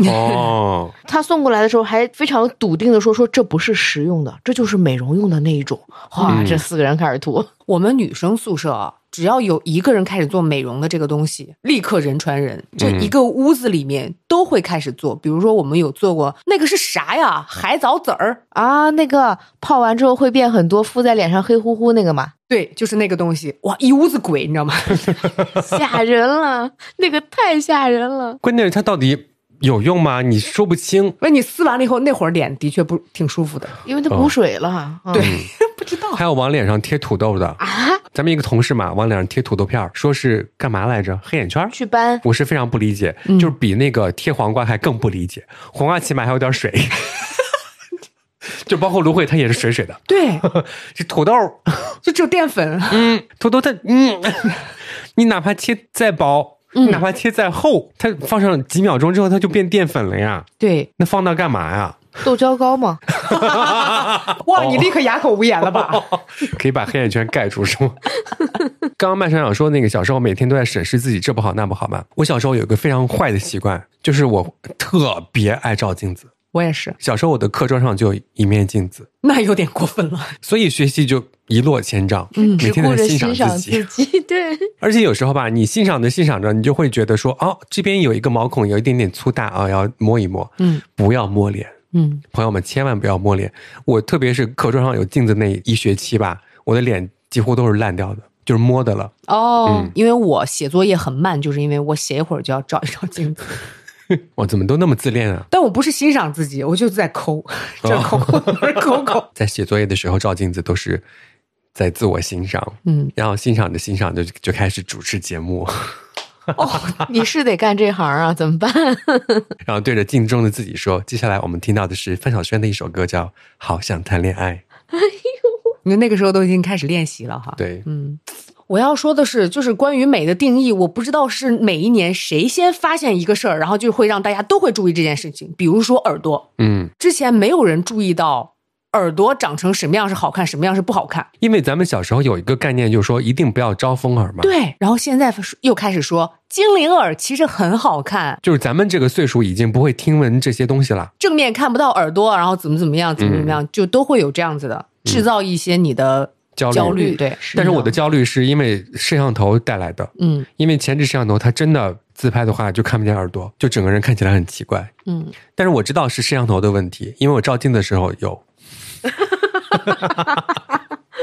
S1: 哦，
S3: 他送过来的时候还非常笃定的说：“说这不是食用的，这就是美容用的那一种。”哇，
S1: 嗯
S3: 这四个人开始涂，
S2: 我们女生宿舍啊，只要有一个人开始做美容的这个东西，立刻人传人，这一个屋子里面都会开始做。比如说，我们有做过那个是啥呀？海藻籽儿，
S3: 啊，那个泡完之后会变很多，敷在脸上黑乎乎那个嘛，
S2: 对，就是那个东西。哇，一屋子鬼，你知道吗？
S3: 吓人了，那个太吓人了。
S1: 关键是它到底有用吗？你说不清。
S2: 问你撕完了以后，那会儿脸的确不挺舒服的。
S3: 因为它补水了，嗯
S2: 对，不知道
S1: 还有往脸上贴土豆的，
S3: 啊，
S1: 咱们一个同事嘛，往脸上贴土豆片儿，说是干嘛来着？黑眼圈儿。
S3: 祛斑
S1: 我是嗯非常不理解，就是比那个贴黄瓜还更不理解。黄瓜起码还有点水， 就包括芦荟，它也是水水的。
S2: 对，
S1: 这土豆，
S2: 就只有淀粉。
S1: 嗯，土豆它，嗯， 你哪怕切再薄，你哪怕切再厚，它放上几秒钟之后，它就变淀粉了呀。
S2: 对，
S1: 那放那干嘛呀？
S3: 豆胶膏嘛，
S2: 哇，你立刻哑口无言了吧？
S1: 可以把黑眼圈盖住是吗？ 刚刚麦厂长说那个小时候每天都在审视自己这不好那不好嘛。我小时候有一个非常坏的习惯，就是我特别爱照镜子。
S2: 我也是，
S1: 小时候我的课桌上就有一面镜子，
S2: 那有点过分了。
S1: 所以学习就一落千丈，
S3: 嗯
S1: 每
S3: 只
S1: 天
S3: 顾
S1: 在
S3: 着
S1: 欣
S3: 欣赏
S1: 赏自己
S3: 自。己， 对，
S1: 而且有时候吧，你欣赏着欣赏着，你就会觉得说，哦，这边有一个毛孔有一点点粗大啊，要摸一摸。
S2: 嗯
S1: 不要摸脸，
S2: 嗯，
S1: 朋友们千万不要摸脸。我特别是课桌上有镜子那一学期吧，我的脸几乎都是烂掉的，就是摸的了。
S2: 哦，
S1: 嗯
S2: 因为我写作业很慢，就是因为我写一会儿就要照一照镜子。
S1: 我怎么都那么自恋啊？
S2: 但我不是欣赏自己，我就在
S1: 哦
S2: 抠，这抠抠那儿 抠抠。
S1: 在写作业的时候照镜子都是在自我欣赏，
S2: 嗯，
S1: 然后欣赏着欣赏着就就开始主持节目，
S3: 你是得干这行啊，怎么办？
S1: 然后对着镜子中的自己说：“接下来我们听到的是范晓萱的一首歌，叫《好想谈恋爱》。
S2: 因为那个时候都已经开始练习了哈”。，
S1: 对，
S2: 嗯。我要说的是，就是关于美的定义，我不知道是每一年谁先发现一个事儿，然后就会让大家都会注意这件事情。比如说耳朵，
S1: 嗯，
S2: 之前没有人注意到耳朵长成什么样是好看，什么样是不好看。
S1: 因为咱们小时候有一个概念，就是说一定不要招风耳嘛。
S2: 对，然后现在又开始说精灵耳其实很好看，
S1: 就是咱们这个岁数已经不会听闻这些东西了。
S2: 正面看不到耳朵，然后怎么怎么样，怎么怎么样，就都会有这样子的，制造一些你的
S1: 焦虑
S2: 嗯虑。嗯对，
S1: 但是我的
S3: 的
S1: 焦虑是因为摄像头带来的，
S2: 嗯
S1: 因为前置摄像头它真的自拍的话就看不见耳朵，就整个人看起来很奇怪。
S2: 嗯，
S1: 但是我知道是摄像头的问题，因为我照镜的时候 有。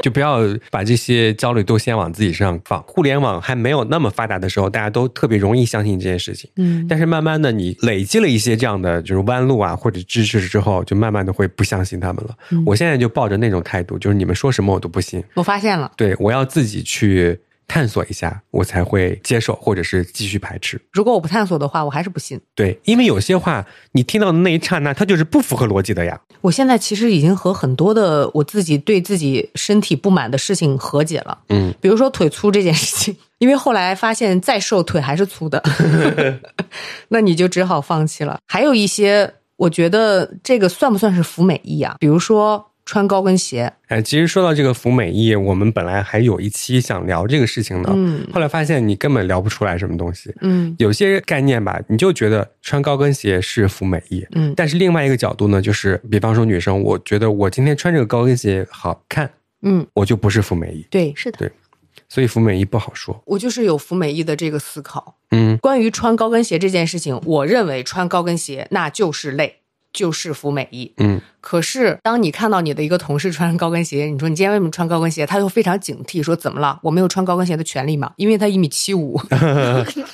S1: 就不要把这些焦虑都先往自己身上放。互联网还没有那么发达的时候，大家都特别容易相信这件事情。
S3: 嗯，
S1: 但是慢慢的，你累积了一些这样的就是弯路啊或者知识之后，就慢慢的会不相信他们了。我现在就抱着那种态度，就是你们说什么我都不信，
S2: 我发现了，
S1: 对我要自己去探索一下，我才会接受或者是继续排斥。
S2: 如果我不探索的话，我还是不信。
S1: 对，因为有些话你听到的那一刹那，它就是不符合逻辑的呀。
S2: 我现在其实已经和很多的我自己对自己身体不满的事情和解了，
S1: 嗯，
S2: 比如说腿粗这件事情， 因为后来发现再瘦腿还是粗的， 那你就只好放弃了。还有一些，我觉得这个算不算是服美役啊？比如说穿高跟鞋，
S1: 哎，其实说到这个服美役，我们本来还有一期想聊这个事情呢，
S2: 嗯
S1: 后来发现你根本聊不出来什么东西。
S2: 嗯
S1: 有些概念吧，你就觉得穿高跟鞋是服美役，
S2: 嗯
S1: 但是另外一个角度呢，就是比方说女生，我觉得我今天穿这个高跟鞋好看，
S2: 嗯，
S1: 我就不是服美役，
S2: 对，
S3: 是的，
S1: 所以服美役不好说。
S2: 我就是有服美役的这个思考。
S1: 嗯
S2: 关于穿高跟鞋这件事情，我认为穿高跟鞋那就是累。就是服美役。
S1: 嗯，
S2: 可是当你看到你的一个同事穿高跟鞋，你说你今天为什么穿高跟鞋？他又非常警惕，说怎么了？我没有穿高跟鞋的权利吗？因为他一米七 五，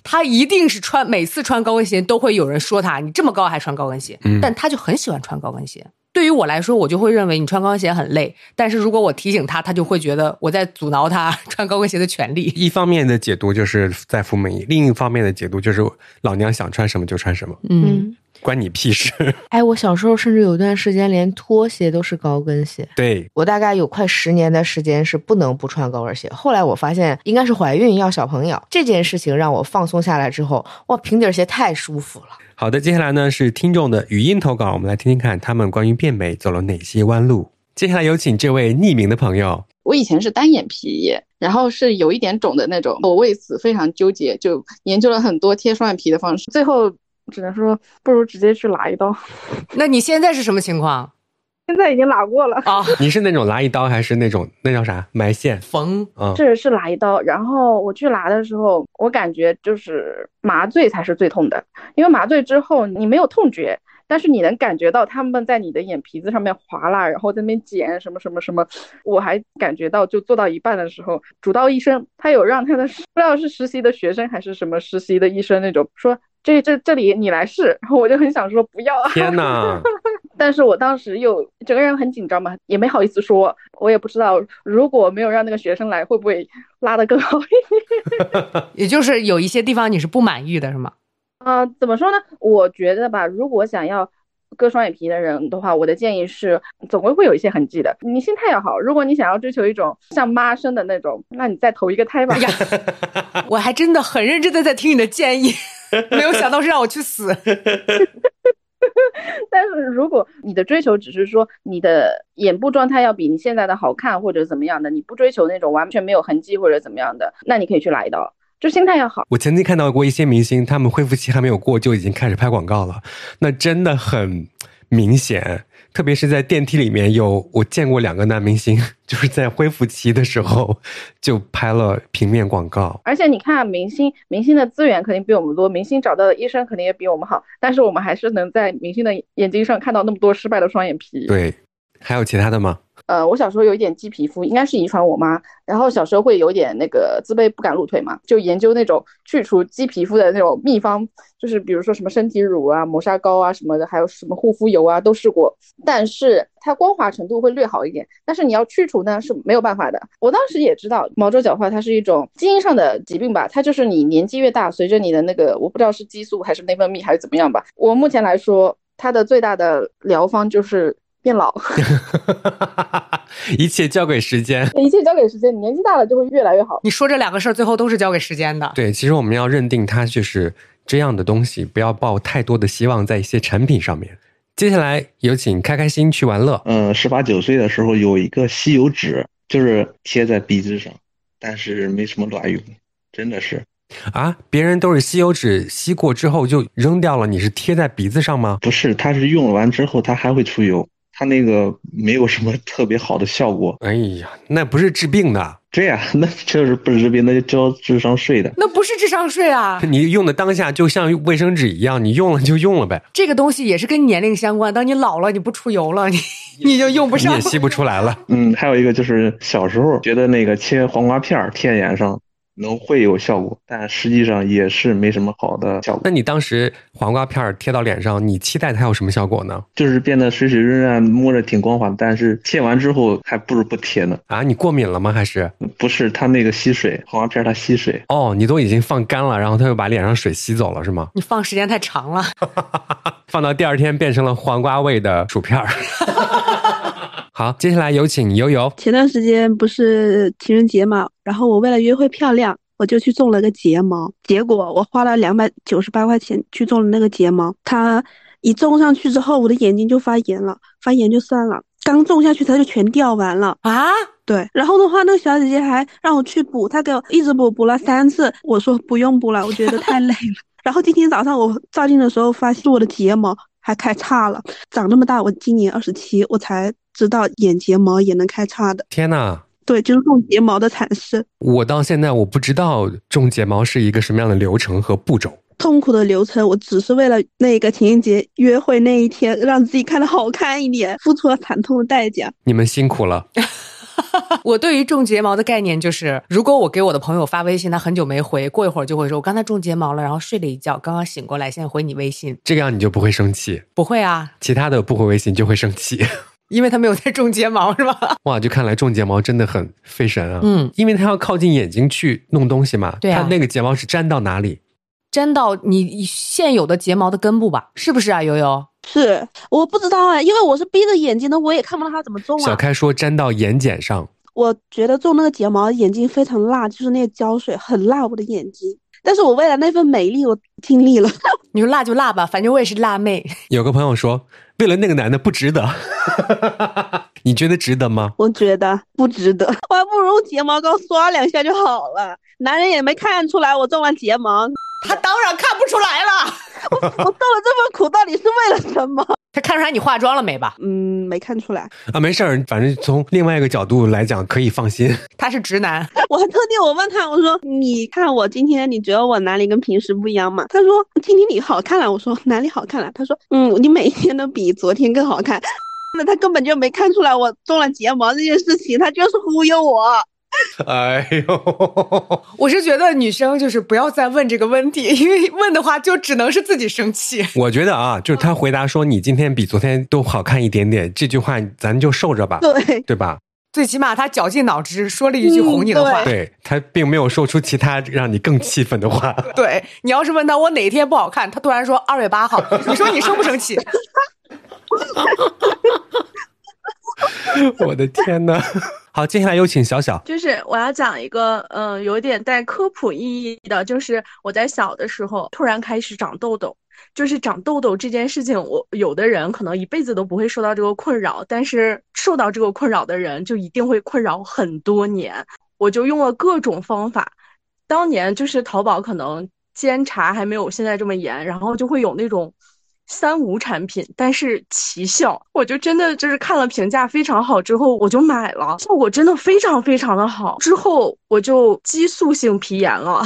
S2: 他一定是穿每次穿高跟鞋都会有人说他你这么高还穿高跟鞋，
S1: 嗯
S2: 但他就很喜欢穿高跟鞋。对于我来说，我就会认为你穿高跟鞋很累，但是如果我提醒他，他就会觉得我在阻挠他穿高跟鞋的权利。
S1: 一方面的解读就是在服美役，另一方面的解读就是老娘想穿什么就穿什么，
S2: 嗯，
S3: 嗯，
S1: 关你屁 事。
S3: 哎，我小时候甚至有一段时间连拖鞋都是高跟鞋。
S1: 对，
S3: 我大概有快十年的时间是不能不穿高跟鞋。后来我发现应该是怀孕要小朋友这件事情让我放松下来之后，哇，平底鞋太舒服了。
S1: 好的，接下来呢是听众的语音投稿，我们来听听看他们关于变美走了哪些弯路。接下来有请这位匿名的朋友，
S4: 我以前是单眼皮，然后是有一点肿的那种，我为此非常纠结，就研究了很多贴双眼皮的方式，最后只能说不如直接去拉一刀。
S2: 那你现在是什么情况
S4: 现在已经拉过了，
S2: 啊？
S1: 你是那种拉一刀还是那种那叫啥埋线？
S2: 缝
S1: 嗯，
S4: 是是拉一刀，然后我去拉的时候，我感觉就是麻醉才是最痛的，因为麻醉之后你没有痛觉。但是你能感觉到他们在你的眼皮子上面划拉，然后在那边剪什么什么什么，我还感觉到，就做到一半的时候，主刀医生他有让他的 不知道是实习的学生还是什么实习的医生那种说这这这里你来试， 然后我就很想说不要啊，
S1: 天哪！
S4: 但是我当时又整个人很紧张嘛，也没好意思说，我也不知道如果没有让那个学生来，会不会拉得更好一点。
S2: 也就是有一些地方你是不满意的，是 吗？
S4: 啊、怎么说呢？我觉得吧，如果想要割双眼皮的人的话，我的建议是，总归会有一些痕迹的。你心态要好，如果你想要追求一种像妈生的那种，那你再投一个胎吧。
S2: 哎呀，我还真的很认真的在听你的 建议，没有想到是让我去死。
S4: 但是如果你的追求只是说你的眼部状态要比你现在的好看或者怎么样的，你不追求那种完全没有痕迹或者怎么样的，那你可以去来一刀，就心态要好。
S1: 我曾经看到过一些明星，他们恢复期还没有过就已经开始拍广告了，那真的很明显。特别是在电梯里面有，我见过两个男明星，就是在恢复期的时候就拍了平面广告。
S4: 而且你看，明星明星的资源肯定比我们多，明星找到的医生肯定也比我们好，但是我们还是能在明星的眼睛上看到那么多失败的双眼皮。，
S1: 对，还有其他的吗？
S4: 呃，我小时候有一点鸡皮肤，应该是遗传我妈，然后小时候会有点那个自卑不敢露腿嘛，就研究那种去除鸡皮肤的那种秘方，就是比如说什么身体乳啊、磨砂膏啊什么的，还有什么护肤油啊都试过，但是它光滑程度会略好一点，但是你要去除呢是没有办法的。我当时也知道毛周角化它是一种基因上的疾病吧，它就是你年纪越大，随着你的那个我不知道是激素还是内分泌还是怎么样吧，我目前来说它的最大的疗方就是变老。
S1: 一切交给时间。
S4: 一切交给时间，你年纪大了就会越来越好。
S2: 你说这两个事儿最后都是交给时间的。
S1: 对，其实我们要认定它就是这样的东西，不要抱太多的希望在一些产品上面。接下来有请开开心去玩乐。
S5: 嗯，十八九岁的时候有一个吸油纸，就是贴在鼻子上，但是没什么卵用，真的是
S1: 啊，别人都是吸油纸吸过之后就扔掉了，你是贴在鼻子上吗？
S5: 不是？它是用完之后它还会出油，它那个没有什么 特别好的效果。
S1: 哎呀，那不是治病的，，
S5: 这样，那就是不治病，那就交智商税的。
S2: 那不是智商税啊
S1: 你用的当下就像卫生纸一样，你用了就用了呗，
S2: 这个东西也是跟年龄相关。当你老了，你不出油了，你 你就用不啊
S1: 你
S2: 上
S1: 也。吸不出来 了。
S5: 嗯，还有一个就是小时候觉得那个切黄瓜片儿贴眼上能会有效果，但实际上也是没什么好的效果。
S1: 那你当时黄瓜片儿贴到脸上，你期待它有什么效果呢？
S5: 就是变得水水润润，摸着挺光滑，但是贴完之后还不如不贴呢。
S1: 啊，你过敏了吗？还是
S5: 不是，它那个吸水，黄瓜片儿它吸水。
S1: 哦，你都已经放干了，然后它又把脸上水吸走了是吗？
S2: 你放时间太长了，
S1: 放到第二天变成了黄瓜味的薯片儿。好，接下来有请悠悠。
S6: 前段时间不是情人节嘛，然后我为了约会漂亮，我就去种了个睫毛。结果我花了两百九十八块钱去种了那个睫毛，它一种上去之后，我的眼睛就发炎了，发炎就算了，刚种下去它就全掉完了。
S2: 啊，
S6: 对，然后的话，那个小姐姐还让我去补，她给我一直补，补了三次，我说不用补了，我觉得太累了。 然后今天早上我照镜的时候，发现我的睫毛还开叉了。长这么大，我今年二十七，我才知道眼睫毛也能开叉的。
S1: 天呐，
S6: 对，就是种睫毛的阐释。
S1: 我到现在我不知道种睫毛是一个什么样的流程和步骤。
S6: 痛苦的流程，我只是为了那个情人节约会那一天，让自己看得好看一点，付出了惨痛的代价。
S1: 你们辛苦了。
S2: 我对于种睫毛的概念就是，如果我给我的朋友发微信，他很久没回，过一会儿就会说：“我刚才种睫毛了，然后睡了一觉，刚刚醒过来，现在回你微信。
S1: 这个样你就不会生气，”
S2: 不会啊，
S1: 其他的不回微信就会生气。
S2: 因为他没有在种睫毛，是吧？
S1: 哇，就看来种睫毛真的很费神啊。
S2: 嗯，
S1: 因为它要靠近眼睛去弄东西嘛，
S2: 对啊
S1: 它那个睫毛是粘到哪里？
S2: 粘到你现有的睫毛的根部吧，是不是啊，悠悠？
S6: 是我不知道哎，因为我是闭着眼睛的，我也看不到他怎么种
S1: 小
S6: 啊。
S1: 开说粘到眼睑上，
S6: 我觉得种那个睫毛眼睛非常辣，就是那个胶水很辣我的眼睛。但是我为了那份美丽，我尽力了。
S2: 你说辣就辣吧，反正我也是辣妹。
S1: 有个朋友说，为了那个男的不值得， 你觉得值得吗？
S6: 我觉得不值得， 我还不如用睫毛膏刷两下就好了。男人也没看出来我种完睫毛，
S2: 他当然看不出来了，
S6: 我受了这份苦到底是为了什么？
S2: 他看出来你化妆了没吧？
S6: 嗯，没看出来。
S1: 啊，没事儿，反正从另外一个角度来讲，可以放心。
S2: 他是直男，
S6: 我还特地我问他，我说你看我今天你觉得我哪里跟平时不一样吗？他说今天你好看了。我说哪里好看了？他说嗯，你每一天都比昨天更好看。 那他根本就没看出来我种了睫毛这件事情，他就是忽悠我。
S1: 哎呦，
S2: 我是觉得女生就是不要再问这个问题，因为问的话就只能是自己生气。
S1: 我觉得啊，就是他回答说你今天比昨天都好看一点点，这句话咱就受着吧，
S6: 对，
S1: 对吧？
S2: 最起码他绞尽脑汁说了一句哄你的话。
S6: 嗯
S1: 对他并没有说出其他让你更气愤的话。
S2: 对你要是问他我哪一天不好看，他突然说二月八号，你说你生不生气？
S1: 我的天呐！好，接下来有请小小。
S7: 就是我要讲一个，嗯、有一点带科普意义的，就是我在小的时候突然开始长痘痘。就是长痘痘这件事情，我有的人可能一辈子都不会受到这个困扰，但是受到这个困扰的人就一定会困扰很多年。我就用了各种方法，当年就是淘宝可能监察还没有现在这么严，然后就会有那种三无产品，但是奇效，我就真的就是看了评价非常好之后，我就买了，效果真的非常非常的好。之后我就激素性皮炎了，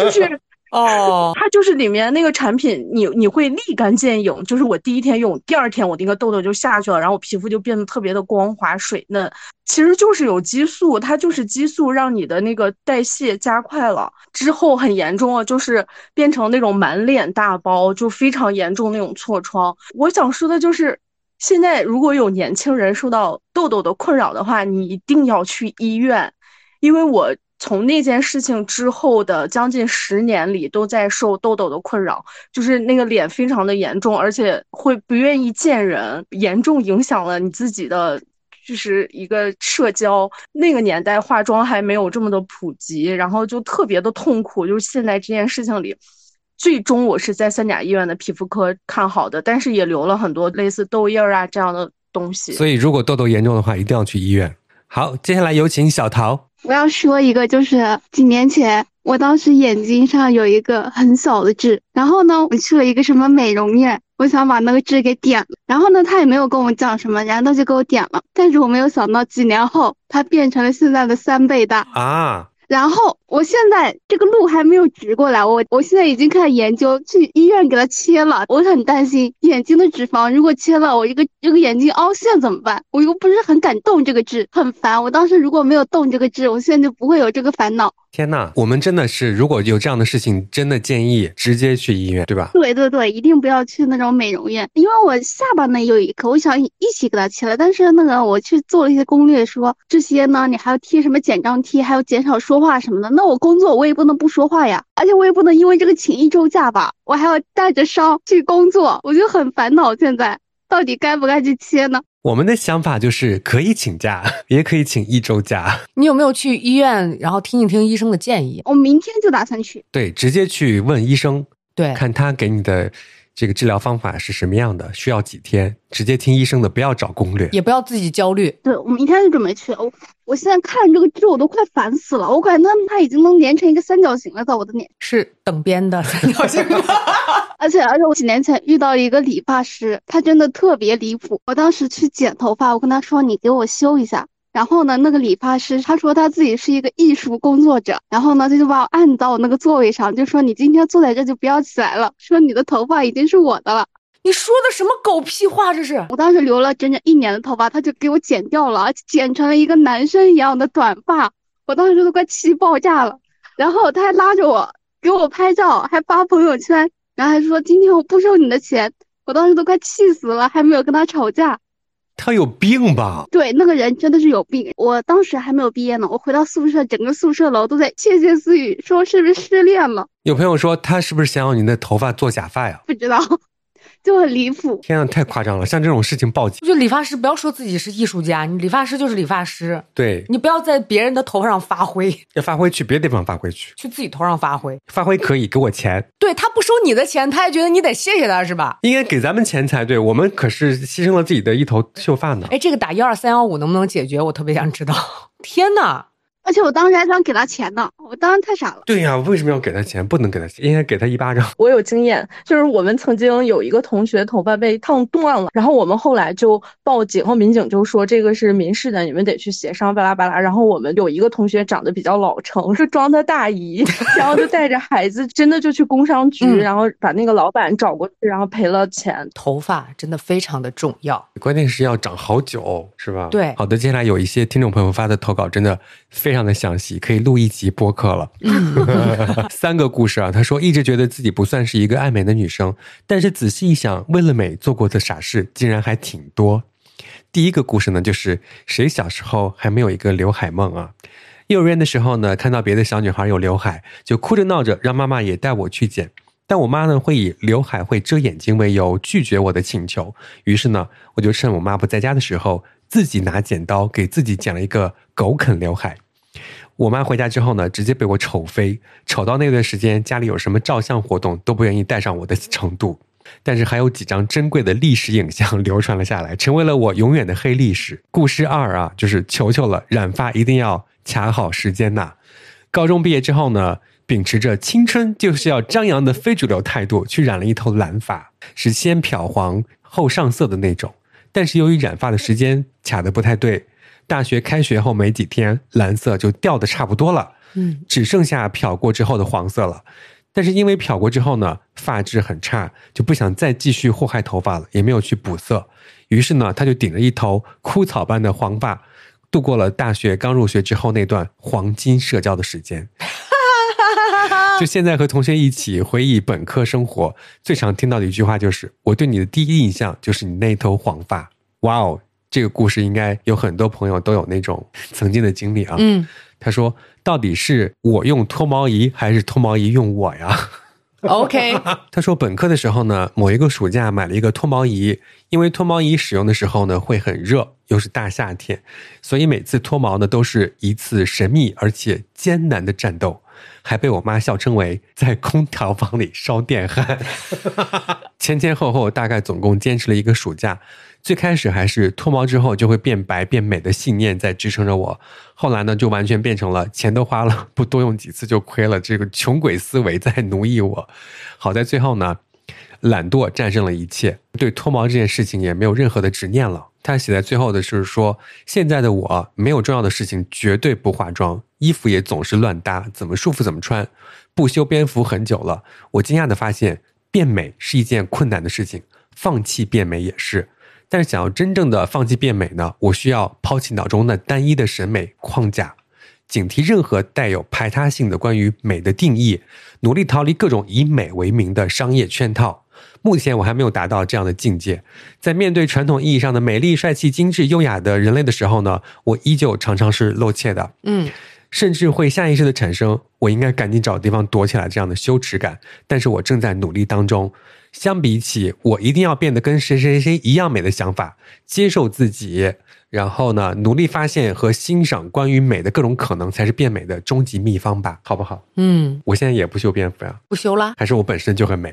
S7: 就是
S2: 哦，
S7: 它就是里面那个产品你，你会立竿见影。就是我第一天用，第二天我那个痘痘就下去了，然后我皮肤就变得特别的光滑水嫩。其实就是有激素，它就是激素让你的那个代谢加快了。之后很严重啊，就是变成那种满脸大包，就非常严重那种痤疮。我想说的就是。现在如果有年轻人受到痘痘的困扰的话，你一定要去医院，因为我从那件事情之后的将近十年里，都在受痘痘的困扰，就是那个脸非常的严重，而且会不愿意见人，严重影响了你自己的。就是一个社交，那个年代化妆还没有这么的普及，然后就特别的痛苦。就是现在这件事情里，最终我是在三甲医院的皮肤科看好的，但是也留了很多类似痘印儿啊这样的东西。
S1: 所以，如果痘痘严重的话，一定要去医院。好，接下来有请小桃。
S8: 我要说一个，就是几年前，我当时眼睛上有一个很小的痣，然后呢，我去了一个什么美容院，我想把那个痣给点了，然后呢，他也没有跟我讲什么，然后他就给我点了，但是我没有想到几年后，它变成了现在的三倍大，
S1: 啊，
S8: 然后我现在这个路还没有直过来，我我现在已经开始研究去医院给它切了，我很担心眼睛的脂肪如果切了，我这个这个眼睛凹陷怎么办？我又不是很敢动这个痣，很烦。我当时如果没有动这个痣，我现在就不会有这个烦恼。
S1: 天呐，我们真的是，如果有这样的事情，真的建议直接去医院，对吧？
S8: 对对对，一定不要去那种美容院，因为我下巴那有一颗，我想一起给它切了，但是那个我去做了一些攻略说，这些呢你还要贴什么减妆贴，还有减少说话什么的。那我工作我也不能不说话呀，而且我也不能因为这个请一周假吧，我还要带着伤去工作，我就很烦恼。现在到底该不该去切呢？
S1: 我们的想法就是可以请假，也可以请一周假，
S2: 你有没有去医院，然后听一听医生的建议？
S8: 我明天就打算去。
S1: 对，直接去问医生，
S2: 对，
S1: 看他给你的这个治疗方法是什么样的，需要几天，直接听医生的，不要找攻略。
S2: 也不要自己焦虑。
S8: 对，我明天就准备去。我我现在看这个痣，我都快烦死了，我感觉它它已经能连成一个三角形了，在我的脸。
S2: 是等边 的三角形吗？
S8: 而且而且我几年前遇到一个理发师，他真的特别离谱。我当时去剪头发，我跟他说：“你给我修一下。”然后呢，那个理发师他说他自己是一个艺术工作者，然后呢，他就把我按到我那个座位上，就说你今天坐在这就不要起来了，说你的头发已经是我的了。
S2: 你说的什么狗屁话这是？
S8: 我当时留了整整一年的头发，他就给我剪掉了，而且剪成了一个男生一样的短发，我当时都快气爆炸了。然后他还拉着我给我拍照，还发朋友圈，然后还说今天我不收你的钱，我当时都快气死了，还没有跟他吵架。
S1: 他有病吧？
S8: 对，那个人真的是有病。我当时还没有毕业呢，我回到宿舍，整个宿舍楼都在窃窃私语，说是不是失恋了？
S1: 有朋友说他是不是想要你的头发做假发呀？
S8: 不知道， 就很离谱。
S1: 天啊，太夸张了！像这种事情报警，
S2: 我觉得理发师不要说自己是艺术家，你理发师就是理发师，
S1: 对，
S2: 你不要在别人的头上发挥，
S1: 要发挥去别的地方发挥去，
S2: 去自己头上发挥。
S1: 发挥可以给我钱，
S2: 对他不收你的钱，他还觉得你得谢谢他是吧？
S1: 应该给咱们钱才对，我们可是牺牲了自己的一头秀发呢。
S2: 哎，这个打幺二三幺五能不能解决？我特别想知道。 天哪！
S8: 而且我当时还想给他钱呢，我当时太傻了。
S1: 对呀、为什么要给他钱？不能给他钱，应该给他一巴掌。
S7: 我有经验，就是我们曾经有一个同学头发被烫断了，然后我们后来就报警，然后民警就说这个是民事的，你们得去协商，巴拉巴拉。然后我们有一个同学长得比较老成，是装他大姨，然后就带着孩子，真的就去工商局，
S2: 嗯
S7: 然后把那个老板找过去，然后赔了钱。
S2: 头发真的非常的重要。
S1: 关键是要长好久，是吧？
S2: 对
S1: 好的，接下来有一些听众朋友发的投稿，真的非常的详细，可以录一集播客了。 三个故事啊，他说一直觉得自己不算是一个爱美的女生，但是仔细一想，为了美做过的傻事竟然还挺多。第一个故事呢，就是谁小时候还没有一个刘海梦啊？幼儿园的时候呢，看到别的小女孩有刘海，就哭着闹着让妈妈也带我去剪。但我妈呢，会以刘海会遮眼睛为由拒绝我的请求。于是呢，我就趁我妈不在家的时候，自己拿剪刀给自己剪了一个狗啃刘海。我妈回家之后呢，直接被我丑飞，丑到那段时间家里有什么照相活动都不愿意带上我的程度。但是还有几张珍贵的历史影像流传了下来，成为了我永远的黑历史。故事二啊，就是求求了，染发一定要卡好时间呐、高中毕业之后呢，秉持着青春就是要张扬的非主流态度，去染了一头蓝发，是先漂黄后上色的那种。但是由于染发的时间卡的不太对，大学开学后没几天，蓝色就掉的差不多了，
S2: 嗯，
S1: 只剩下漂过之后的黄色了。但是因为漂过之后呢，发质很差，就不想再继续祸害头发了，也没有去补色。于是呢，他就顶着一头枯草般的黄发，度过了大学刚入学之后那段黄金社交的时间。就现在和同学一起回忆本科生活，最常听到的一句话就是：“我对你的第一印象就是你那头黄发。”哇哦，这个故事应该有很多朋友都有那种曾经的经历啊。
S2: 嗯，
S1: 他说：“到底是我用脱毛仪，还是脱毛仪用我呀？”
S2: OK，
S1: 他说，本科的时候呢，某一个暑假买了一个脱毛仪，因为脱毛仪使用的时候呢会很热，又是大夏天，所以每次脱毛呢都是一次神秘而且艰难的战斗，还被我妈笑称为在空调房里烧电焊。前前后后大概总共坚持了一个暑假，最开始还是脱毛之后就会变白变美的信念在支撑着我，后来呢就完全变成了钱都花了，不多用几次就亏了，这个穷鬼思维在奴役我。好在最后呢，懒惰战胜了一切，对脱毛这件事情也没有任何的执念了。他写在最后的是说，现在的我没有重要的事情，绝对不化妆，衣服也总是乱搭，怎么舒服怎么穿，不修边幅很久了。我惊讶的发现，变美是一件困难的事情，放弃变美也是。但是想要真正的放弃变美呢，我需要抛弃脑中的单一的审美框架，警惕任何带有排他性的关于美的定义，努力逃离各种以美为名的商业圈套。目前我还没有达到这样的境界，在面对传统意义上的美丽、帅气、精致、优雅的人类的时候呢，我依旧常常是露怯的。
S2: 嗯，
S1: 甚至会下意识的产生“我应该赶紧找地方躲起来”这样的羞耻感。但是我正在努力当中。相比起我一定要变得跟谁谁谁一样美的想法，接受自己，然后呢，努力发现和欣赏关于美的各种可能，才是变美的终极秘方吧，好不好？
S2: 嗯，
S1: 我现在也不修边幅呀，
S2: 不修啦。
S1: 还是我本身就很美。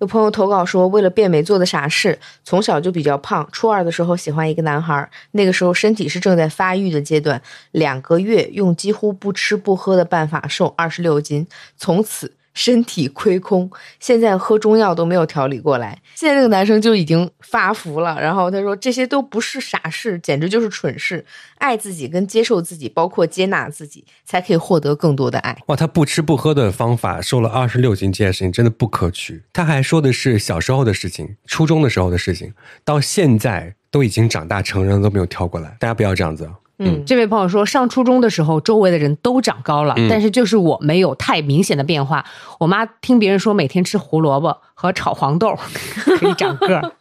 S3: 有朋友投稿说，为了变美做的傻事，从小就比较胖。初二的时候喜欢一个男孩，那个时候身体是正在发育的阶段，两个月用几乎不吃不喝的办法瘦二十六斤，从此身体亏空，现在喝中药都没有调理过来。现在那个男生就已经发福了，然后他说这些都不是傻事，简直就是蠢事。爱自己跟接受自己，包括接纳自己，才可以获得更多的爱。
S1: 哇，他不吃不喝的方法瘦了二十六斤，这件事情真的不可取。他还说的是小时候的事情，初中的时候的事情，到现在都已经长大成人了都没有调过来。大家不要这样子啊。嗯
S2: 这位朋友说，上初中的时候，周围的人都长高了，
S1: 嗯
S2: 但是就是我没有太明显的变化。我妈听别人说，每天吃胡萝卜和炒黄豆 可以长个儿。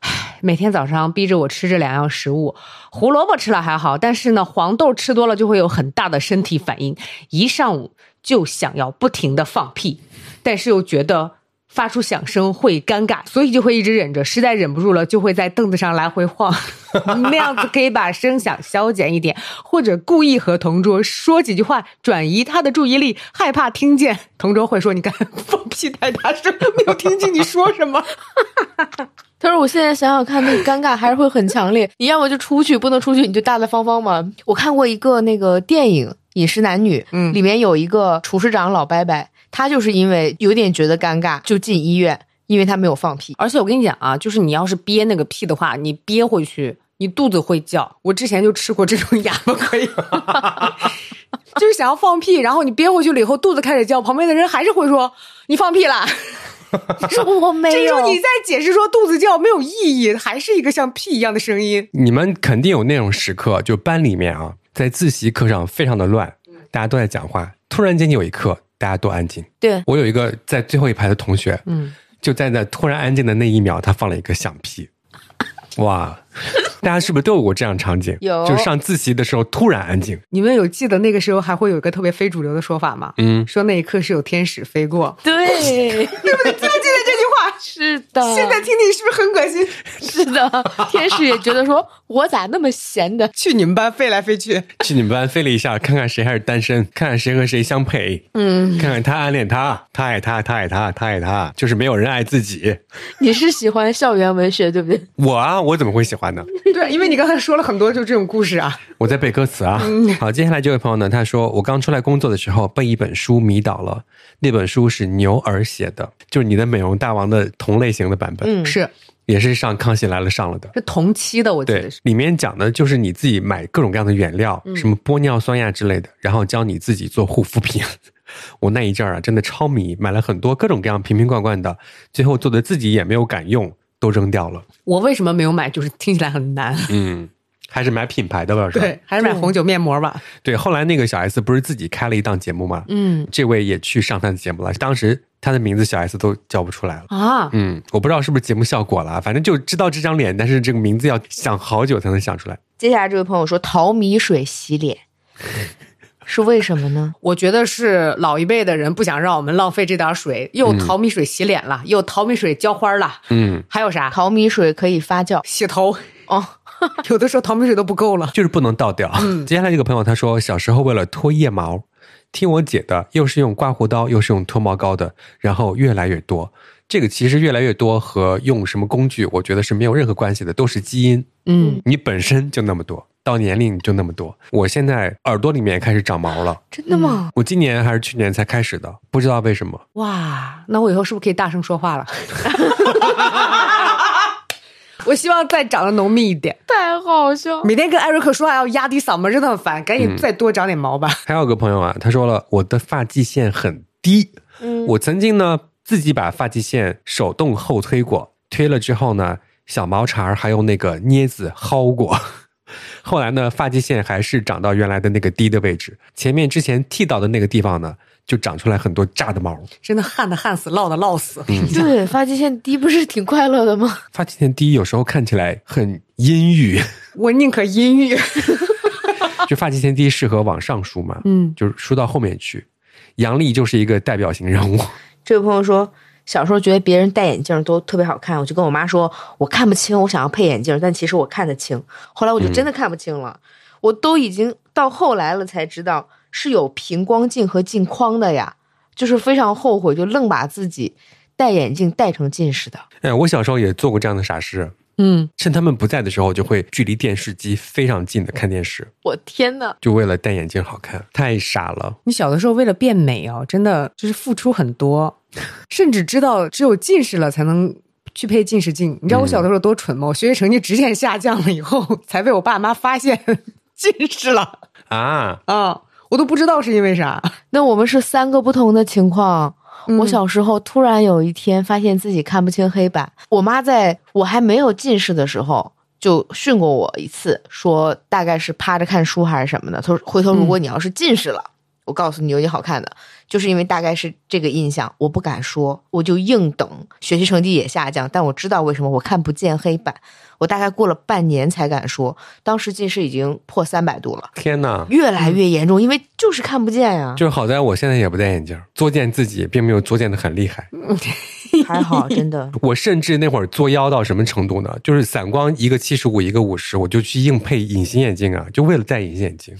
S2: 唉每天早上逼着我吃这两样食物，胡萝卜吃了还好，但是呢，黄豆吃多了就会有很大的身体反应，一上午就想要不停的放屁，但是又觉得发出响声会尴尬，所以就会一直忍着，实在忍不住了，就会在凳子上来回晃。那样子可以把声响消减一点，或者故意和同桌说几句话，转移他的注意力，害怕听见。同桌会说：“你刚才放屁太大声，没有听清你说什么。
S3: 他说：“我现在想想看，那个尴尬还是会很强烈。 你要么就出去，不能出去你就大大方方嘛。我看过一个那个电影《饮食男女》，
S2: 嗯
S3: 里面有一个厨师长老伯伯，他就是因为有点觉得尴尬，就进医院，因为他没有 放屁”。
S2: 而且我跟你讲啊，就是你要是憋那个屁的话，你憋回去，你肚子会叫。我之前就吃过这种 哑巴亏，就是想要放屁，然后你憋回去了以后，肚子开始叫，旁边的人还是会说：“你放屁啦。”
S3: 说我
S2: 这
S3: 没
S2: 时
S3: 有
S2: 候，你再解释说肚子叫没有意义，还是一个像屁一样的声音。
S1: 你们肯定有那种时刻，就班里面啊，在自习课上非常的乱，大家都在讲话，突然间有一刻大家都安静。
S3: 对
S1: 我有一个在最后一排的同学，
S2: 嗯，
S1: 就在那突然安静的那一秒，他放了一个响屁，哇！大家是不是都有过这样的场景？
S3: 有
S1: 就上自习的时候突然安静。
S2: 你们有记得那个时候还会有一个特别非主流的说法吗？
S1: 嗯，
S2: 说那一刻是有天使飞过。
S3: 对，
S2: 记得记得这句话，
S3: 是的，
S2: 现在听听是不是很恶心？
S3: 是的，天使也觉得说，我咋那么闲的？
S2: 去你们班飞来飞去，
S1: 去你们班飞了一下，看看谁还是单身，看看谁和谁相配，
S2: 嗯，
S1: 看看他暗恋他，他爱他，他爱他，他爱他，就是没有人爱自己。
S3: 你是喜欢校园文学对不对？
S1: 我啊，我怎么会喜欢呢？
S2: 对，因为你刚才说了很多就这种故事啊，
S1: 我在背歌词啊。
S2: 嗯
S1: 好，接下来这位朋友呢，他说我刚出来工作的时候被一本书迷倒了，那本书是牛儿写的，就是你的美容大王的同类型的版本，
S3: 嗯，
S2: 是
S1: 也是上《康熙来了》上了的。
S2: 是同期的，我嗯记
S1: 对
S2: 得是，。
S1: 里面讲的就是你自己买各种各样的原料，什么玻尿酸呀之类的，然后教你自己做护肤品。 我那一阵儿啊，真的超迷，买了很多各种各样瓶瓶罐罐的，最后做的自己也没有敢用，都扔掉了。
S2: 我为什么没有买？就是听起来很难。
S1: 嗯，还是买品牌的吧，是吧？
S2: 对，还是买红酒面膜吧。
S1: 对，后来那个小 S 不是自己开了一档节目嘛，
S2: 嗯
S1: 这位也去上他的节目了，当时他的名字小 S 都叫不出来了。
S2: 啊，
S1: 嗯，我不知道是不是节目效果啦，反正就知道这张脸，但是这个名字要想好久才能想出来。
S3: 接下来这位朋友说，淘米水洗脸是为什么呢？
S2: 我觉得是老一辈的人不想让我们浪费这点水，又淘米水洗脸了，又淘米水浇花了，
S1: 嗯，
S2: 还有啥？
S3: 淘米水可以发酵
S2: 洗头，
S3: 哦，
S2: 有的时候淘米水都不够了。
S1: 就是不能倒掉。接下来这个朋友他说，小时候为了脱腋毛，听我姐的，又是用刮胡刀，又是用脱毛膏的，然后越来越多。这个其实越来越多和用什么工具，我觉得是没有任何关系的，都是基因。
S2: 嗯，
S1: 你本身就那么多，到年龄就那么多。我现在耳朵里面开始长毛了，
S3: 真的吗？
S1: 我今年还是去年才开始的，不知道为什么。
S2: 哇，那我以后是不是可以大声说话了？ 我希望再长得浓密一点，
S3: 太好笑！
S2: 每天跟艾瑞克说话要压低嗓门，真的很烦，赶紧再多长点毛吧。
S1: 还有个朋友啊，他说了，我的发际线很低，
S3: 嗯
S1: 我曾经呢自己把发际线手动后推过，推了之后呢，小毛茬儿还用那个镊子薅过。 后来呢，发际线还是长到原来的那个低的位置，前面之前剃到的那个地方呢，就长出来很多炸的毛。
S2: 真的旱的旱死，涝的涝死。
S3: 对，发际线低不是挺快乐的吗？
S1: 发际线低有时候看起来很阴郁，
S2: 我宁可阴郁。
S1: 就发际线低适合往上梳嘛，
S2: 嗯，
S1: 就是梳到后面去。杨笠就是一个代表型人物，
S3: 这位朋友说，小时候觉得别人戴眼镜都特别好看，我就跟我妈说，我看不清，我想要配眼镜，但其实我看得清。后来我就真的看不清了，我都已经到后来了才知道是有平光镜和镜框的呀，就是非常后悔，就愣把自己戴眼镜戴成近视的。
S1: 哎，我小时候也做过这样的傻事，
S2: 嗯，
S1: 趁他们不在的时候，就会距离电视机非常近的看电视，
S3: 我天呐，
S1: 就为了戴眼镜好看，太傻了。
S2: 你小的时候为了变美哦，真的就是付出很多，甚至知道只有近视了才能去配近视镜。你知道我小的时候多蠢吗？我学习成绩直线下降了以后，才被我爸妈发现近视了
S1: 啊，
S2: 啊！我都不知道是因为啥。
S3: 那我们是三个不同的情况。我小时候突然有一天发现自己看不清黑板，我妈在我还没有近视的时候就训过我一次，说大概是趴着看书还是什么的。她说回头如果你要是近视了，我告诉你有你好看的，就是因为大概是这个印象，我不敢说，我就硬等，学习成绩也下降，但我知道为什么我看不见黑板。我大概过了半年才敢说，当时近视已经破三百度了，
S1: 天哪！
S3: 越来越严重，因为就是看不见呀、
S1: 就是好在我现在也不戴眼镜，作践自己并没有作践的很厉害。
S3: 还好，真 的。
S1: 我甚至那会儿作妖到什么程度呢？就是散光一个七十五，一个五十，我就去硬配隐形眼镜啊，就为了戴隐形眼镜，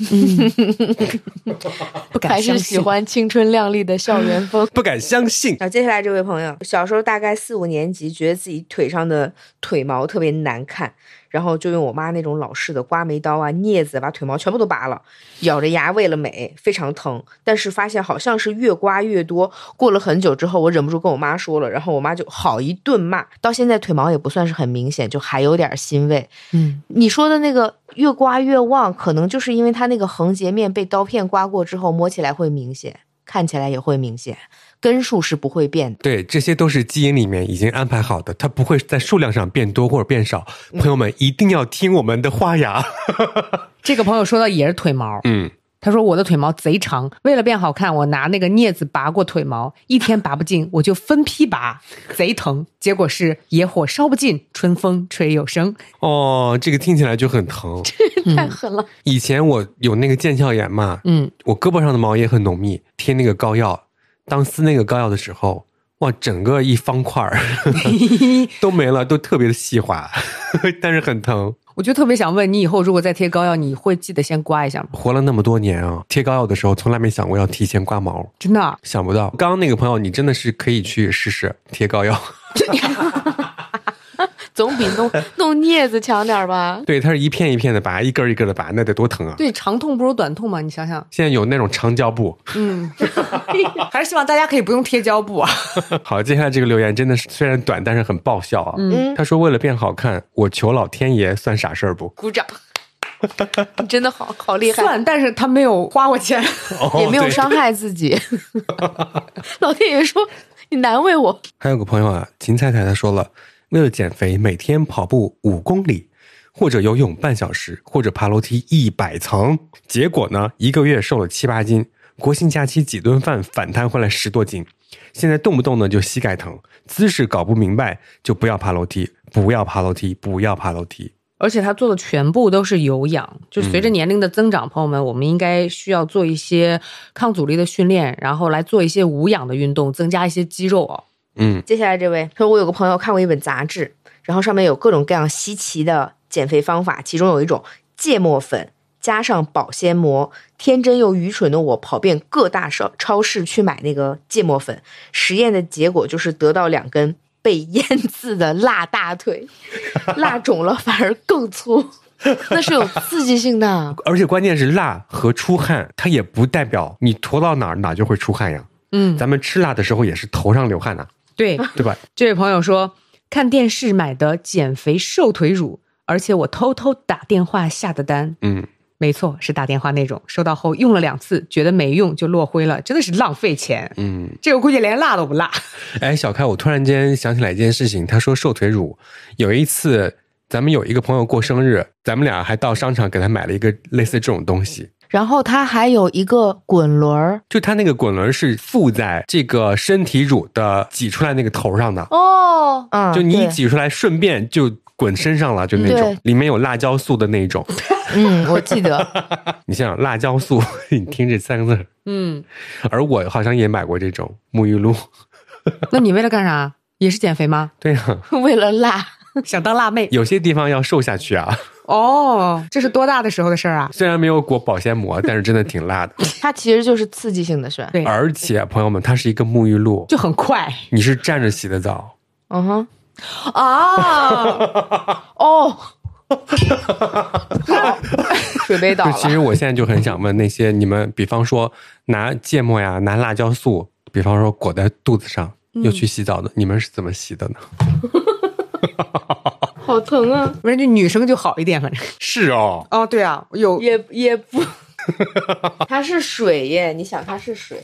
S2: 不敢
S3: 还是
S2: 相
S3: 喜
S2: 信。
S3: 欢青春靓丽的校园风。
S1: 不敢相信。
S3: 然后接下来这位朋友，小时候大概四五年级，觉得自己腿上的腿毛特别难看，然后就用我妈那种老式的刮眉刀啊、镊子把腿毛全部都拔了，咬着牙为了美，非常疼。但是发现好像是越刮越多，过了很久之后，我忍不住跟我妈说了，然后我妈就好一顿骂。到现在腿毛也不算是很明显，就还有点欣慰。
S2: 嗯，
S3: 你说的那个越刮越旺，可能就是因为它那个横截面被刀片刮过之后，摸起来会明显，看起来也会明显，根数是不会变的。
S1: 对，这些都是基因里面已经安排好的，它不会在数量上变多或者变少。朋友们一定要听我们的话呀！
S2: 这个朋友说的也是腿毛，
S1: 嗯，
S2: 他说我的腿毛贼长，为了变好看，我拿那个镊子拔过腿毛，一天拔不尽，我就分批拔，贼疼。结果是野火烧不尽，春风吹又生。
S1: 哦，这个听起来就很 疼。
S3: 太
S1: 嗯
S3: 狠了，
S1: 以前我有那个腱鞘炎嘛，
S2: 嗯，
S1: 我胳膊上的毛也很浓密，贴那个膏药，当撕那个膏药的时候，哇，整个一方块 儿都没了，都特别的细滑， 但是很疼。
S2: 我就特别想问你，以后如果再贴膏药，你会记得先刮一下吗？
S1: 活了那么多年啊，贴膏药的时候从来没想过要提前刮毛，
S2: 真的啊，
S1: 想不到。刚刚那个朋友，你真的是可以去试试贴膏药。
S3: 总比 弄弄镊子强点儿吧？
S1: 对，它是一片一片的拔，一根儿一根儿的拔，那得多疼啊！
S2: 对，长痛不如短痛嘛，你想想，
S1: 现在有那种长胶布。
S2: 嗯， 还是希望大家可以不用贴胶布啊。
S1: 好，接下来这个留言真的是虽然短，但是很爆笑啊。
S3: 嗯，
S1: 他说：“为了变好看，我求老天爷算啥事儿 不？
S3: 鼓掌，你真的好好厉 害，
S2: 算，但是他没有花过钱，
S1: 哦
S3: 也没有
S1: 对
S3: 伤害自己。 老天爷说你难为我，
S1: 还有个朋友啊，芹菜太太说了，为了减肥，每天跑步五公里，或者游泳半小时，或者爬楼梯一百层。结果呢，一个月瘦了七八斤，国庆假期几顿饭反弹回来十多斤。现在动不动呢就膝盖疼，姿势搞不明白，就不要爬楼梯，不要爬楼梯，不要爬楼梯。
S2: 而且他做的全部都是有氧，就随着年龄的增长，朋友们，我们应该需要做一些抗阻力的训练，然后来做一些无氧的运动，增加一些肌肉哦。
S1: 嗯，
S3: 接下来这位说，我有个朋友看过一本杂志，然后上面有各种各样稀奇的减肥方法，其中有一种芥末粉加上保鲜膜。天真又愚蠢的我跑遍各大超超市去买那个芥末粉，实验的结果就是得到两根被腌制的辣大 腿，辣肿了反而更粗，那是有刺激性 的。
S1: 而且关键是辣和出汗，它也不代表你涂到哪儿哪儿就会出汗呀。
S2: 嗯，
S1: 咱们吃辣的时候也是头上流汗呐、
S2: 对，
S1: 对吧？
S2: 这位朋友说，看电视买的减肥瘦腿乳，而且我偷偷打电话下的单。
S1: 嗯，
S2: 没错，是打电话那种，收到后用了两次，觉得没用就落灰了，真的是浪费钱。
S1: 嗯，
S2: 这个估计连辣都不辣。
S1: 哎，小开，我突然间想起来一件事情，他说瘦腿乳，有一次咱们有一个朋友过生日，咱们俩还到商场给他买了一个类似这种东西，
S3: 然后它还有一个滚轮儿
S1: 就他那个滚轮是附在这个身体乳的挤出来那个头上的，
S3: 哦，嗯，
S1: 就你一
S3: 对
S1: 挤出来，顺便就滚身上了，就那种
S3: 对
S1: 里面有辣椒素的那 种。
S3: 嗯，我记得。
S1: 你想想辣椒素， 你听这三个字儿，
S2: 嗯，
S1: 而我好像也买过这种沐浴露，
S2: 那你为了干啥？也是减肥 吗？
S1: 对啊，
S3: 为了辣，
S2: 想当辣妹？
S1: 有些地方要瘦下去啊，
S2: 哦，这是多大的时候的事儿啊？
S1: 虽然没有裹保鲜膜，但是真的挺辣的。
S3: 它其实就是刺激性的，是吧？
S2: 对，
S1: 而且朋友们，它是一个沐浴露，
S2: 就很快。
S1: 你是站着洗的澡，
S3: 嗯哼，啊， 哦，好，水杯倒
S1: 就其实
S3: 了。
S1: 我现在就很想问那些你们，比方说拿芥末呀，拿辣椒素，比方说裹在肚子上，又去洗澡的，你们是怎么洗的呢？
S3: 好疼啊！
S2: 不是，就女生就好一点，反正。
S1: 是哦，
S2: 哦，对啊，有
S3: 也也 不，它是水耶！你想，它是水，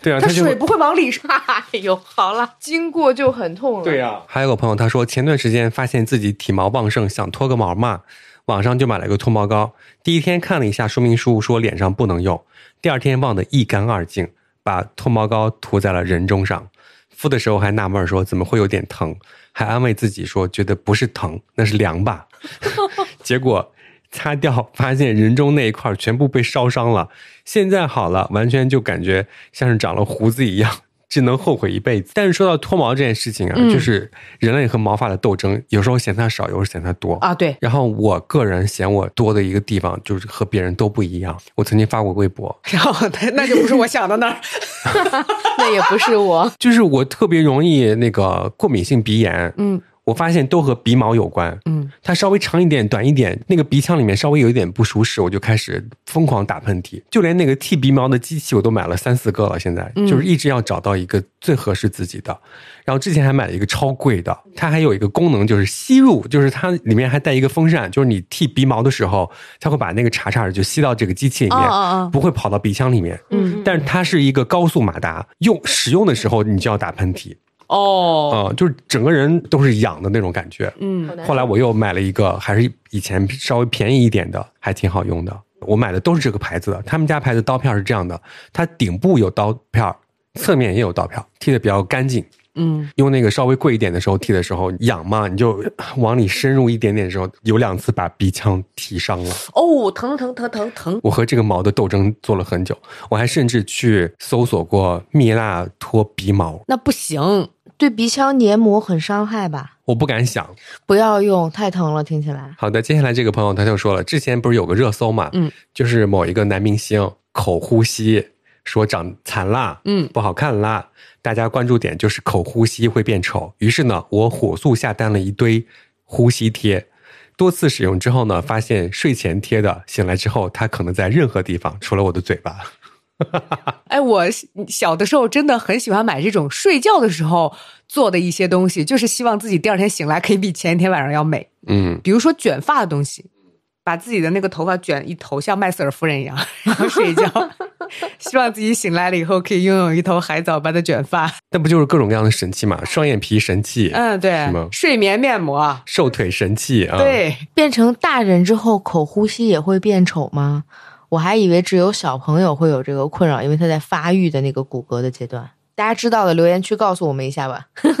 S1: 对啊，
S2: 它
S1: 他就
S2: 水不会往里上。
S3: 哎呦，好了，经过就很痛了。
S1: 呀、还有个朋友他说，前段时间发现自己体毛旺盛，想脱个毛嘛，网上就买了个脱毛膏。第一天看了一下说明书，说脸上不能用，第二天忘得一干二净，把脱毛膏涂在了人中上。敷的时候还纳闷说怎么会有点疼，还安慰自己说觉得不是疼，那是凉吧。 结果擦掉发现人中那一块全部被烧伤了，现在好了，完全就感觉像是长了胡子一样，只能后悔一辈子。但是说到脱毛这件事情啊，
S2: 嗯
S1: 就是人类和毛发的斗争，有时候嫌它少，有时候嫌它多。
S2: 啊，对，
S1: 然后我个人嫌我多的一个地方就是和别人都不一样。我曾经发过微博，
S2: 然后那 那就不是我想的那 儿。
S3: 那也不是我，
S1: 就是我特别容易那个过敏性鼻炎，
S2: 嗯
S1: 我发现都和鼻毛有关。
S2: 嗯，
S1: 它稍微长一点、短一点，那个鼻腔里面稍微有一点不舒适，我就开始疯狂打喷嚏，就连那个剃鼻毛的机器我都买了三四个了，现在
S2: 嗯
S1: 就是一直要找到一个最合适自己的。然后之前还买了一个超贵的，它还有一个功能就是吸入，就是它里面还带一个风扇，就是你剃鼻毛的时候，它会把那个茶碴儿就吸到这个机器里面，
S2: 啊啊，
S1: 不会跑到鼻腔里面。
S2: 嗯
S1: 但是它是一个高速马达，用使用的时候你就要打喷嚏
S2: 哦，
S1: 啊、就是整个人都是痒的那种感觉。
S2: 嗯，
S1: 后来我又买了一个，还是以前稍微便宜一点的，还挺好用的。我买的都是这个牌子的，他们家牌子刀片是这样的，它顶部有刀片儿，侧面也有刀片儿，剃的比较干净。
S2: 嗯，
S1: 用那个稍微贵一点的时候剃的时候痒嘛，你就往里深入一点点的时候，有两次把鼻腔剃伤了。
S2: 哦，疼疼疼疼疼，
S1: 我和这个毛的斗争做了很久，我还甚至去搜索过蜜蜡脱鼻毛，
S2: 那不行，
S3: 对鼻腔黏膜很伤害吧？
S1: 我不敢想。
S3: 不要用，太疼了，听起来。
S1: 好的，接下来这个朋友他就说了，之前不是有个热搜嘛，
S2: 嗯，
S1: 就是某一个男明星口呼吸，说长残啦，
S2: 嗯
S1: 不好看啦，大家关注点就是口呼吸会变丑。于是呢，我火速下单了一堆呼吸贴，多次使用之后呢，发现睡前贴的，醒来之后它可能在任何地方，除了我的嘴巴。
S2: 哎，我小的时候真的很喜欢买这种睡觉的时候做的一些东西，就是希望自己第二天醒来可以比前一天晚上要美。
S1: 嗯，
S2: 比如说卷发的东西，把自己的那个头发卷一头，像麦瑟尔夫人一样， 然后睡觉， 希望自己醒来了以后可以拥有一头海藻般的卷发。
S1: 那不就是各种各样的神器嘛？双眼皮神器，
S2: 嗯，
S1: 是
S2: 对
S1: 吗，啊
S2: 睡眠面膜，
S1: 瘦腿神器啊，，
S2: 对，
S3: 变成大人之后，口呼吸也会变丑吗？我还以为只有小朋友会有这个困扰，因为他在发育的那个骨骼的阶段。大家知道的，留言区告诉我们一下吧。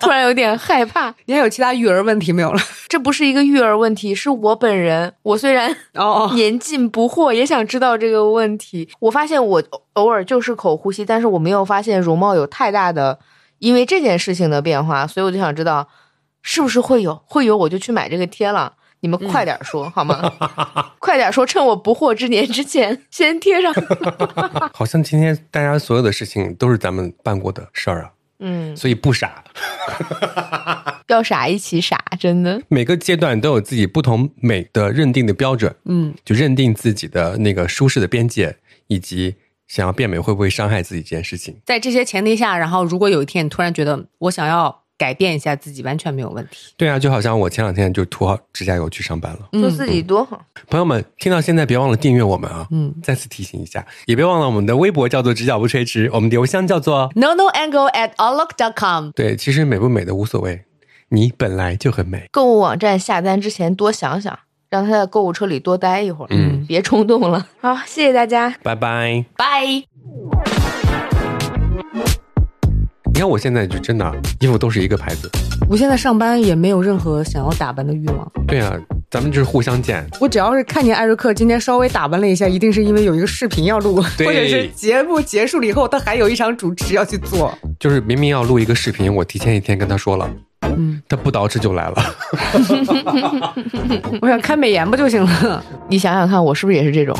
S3: 突然有点害怕，
S2: 你还有其他育儿问题没有了？
S3: 这不是一个育儿问题，是我本人。我虽然
S2: 哦哦，
S3: 年近不惑，也想知道这个问题。我发现我偶尔就是口呼吸，但是我没有发现容貌有太大的因为这件事情的变化，所以我就想知道是不是会有，会有我就去买这个贴了。你们快点说、好 吗？快点说，趁我不惑之年之前先贴上。
S1: 好像今天大家所有的事情都是咱们办过的事儿啊，
S3: 嗯，
S1: 所以不傻。
S3: 要傻一起傻，真的。
S1: 每个阶段都有自己不同美的认定的标准，
S2: 嗯，
S1: 就认定自己的那个舒适的边界，以及想要变美会不会伤害自己这件事情。
S2: 在这些前提下，然后如果有一天你突然觉得我想要改变一下自己，完全没有问题。
S1: 对啊，就好像我前两天就涂好指甲油去上班了。
S2: 嗯
S3: 做自己多好，
S1: 朋友们，听到现在别忘了订阅我们啊！
S2: 嗯
S1: 再次提醒一下，也别忘了我们的微博叫做“直角不垂直”，我们的邮箱叫做……
S2: No no angle at outlook.com。
S1: 对，其实美不美的无所谓，你本来就很美。
S3: 购物网站下单之前多想想，让他在购物车里多待一会儿，
S1: 嗯
S3: 别冲动了。好，谢谢大家，
S1: 拜拜。
S3: 拜。
S1: 你看我现在就真的衣服都是一个牌子。
S2: 我现在上班也没有任何想要打扮的欲望，
S1: 对啊，咱们就是互相见。
S2: 我只要是看见艾瑞克今天稍微打扮了一下，一定是因为有一个视频要录，或
S1: 对
S2: 者是节目结束了以后他还有一场主持要去做。
S1: 就是明明要录一个视频，我提前一天跟他说了，
S2: 嗯，
S1: 他不捯饬就来了。
S2: 我想开美颜不就行了？
S3: 你想想看，我是不是也是这种？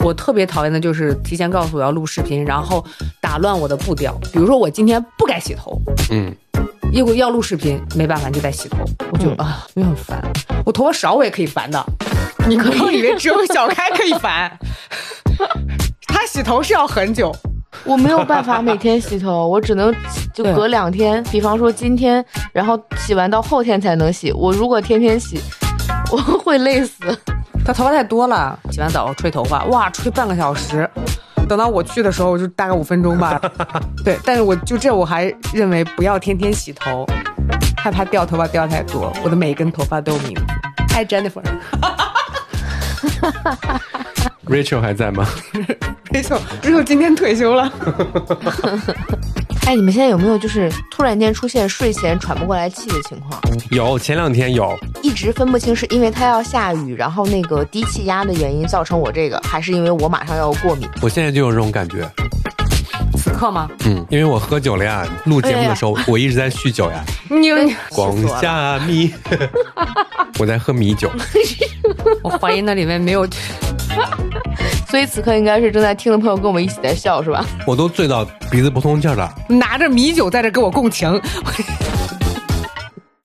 S2: 我特别讨厌的就是提前告诉我要录视频，然后打乱我的步调。比如说我今天不该洗头，
S1: 嗯，
S2: 要要录视频，没办法你就得洗头，我就、啊，因为很烦。我头发少我也可以烦的，你可以以为只有小开可以烦，他洗头是要很久。
S3: 我没有办法每天洗头，我只能就
S2: 对
S3: 隔两天，比方说今天，然后洗完到后天才能洗。我如果天天洗，我会累死。
S2: 他头发太多了，洗完澡吹头发，哇，吹半个小时。等到我去的时候，就大概五分钟吧。对，但是我就这，我还认为不要天天洗头，害怕掉头发掉太多。我的每一根头发都有名字，嗨，Jennifer。
S1: Rachel 还在吗？
S2: 没错，只有今天退休了。
S3: 哎，你们现在有没有就是突然间出现睡前喘不过来气的情况？
S1: 有，前两天有，
S3: 一直分不清是因为它要下雨，然后那个低气压的原因造成我这个，还是因为我马上要过敏？
S1: 我现在就有这种感觉。
S2: 此刻吗？
S1: 嗯，因为我喝酒了呀，录节目的时候我一直在酗酒呀，
S2: 你
S1: 广厦米， 我在喝米酒。
S2: 我怀疑那里面没有。
S3: 所以此刻应该是正在听的朋友跟我们一起在笑，是吧？
S1: 我都醉到鼻子不通气儿了。
S2: 拿着米酒在这跟我共情。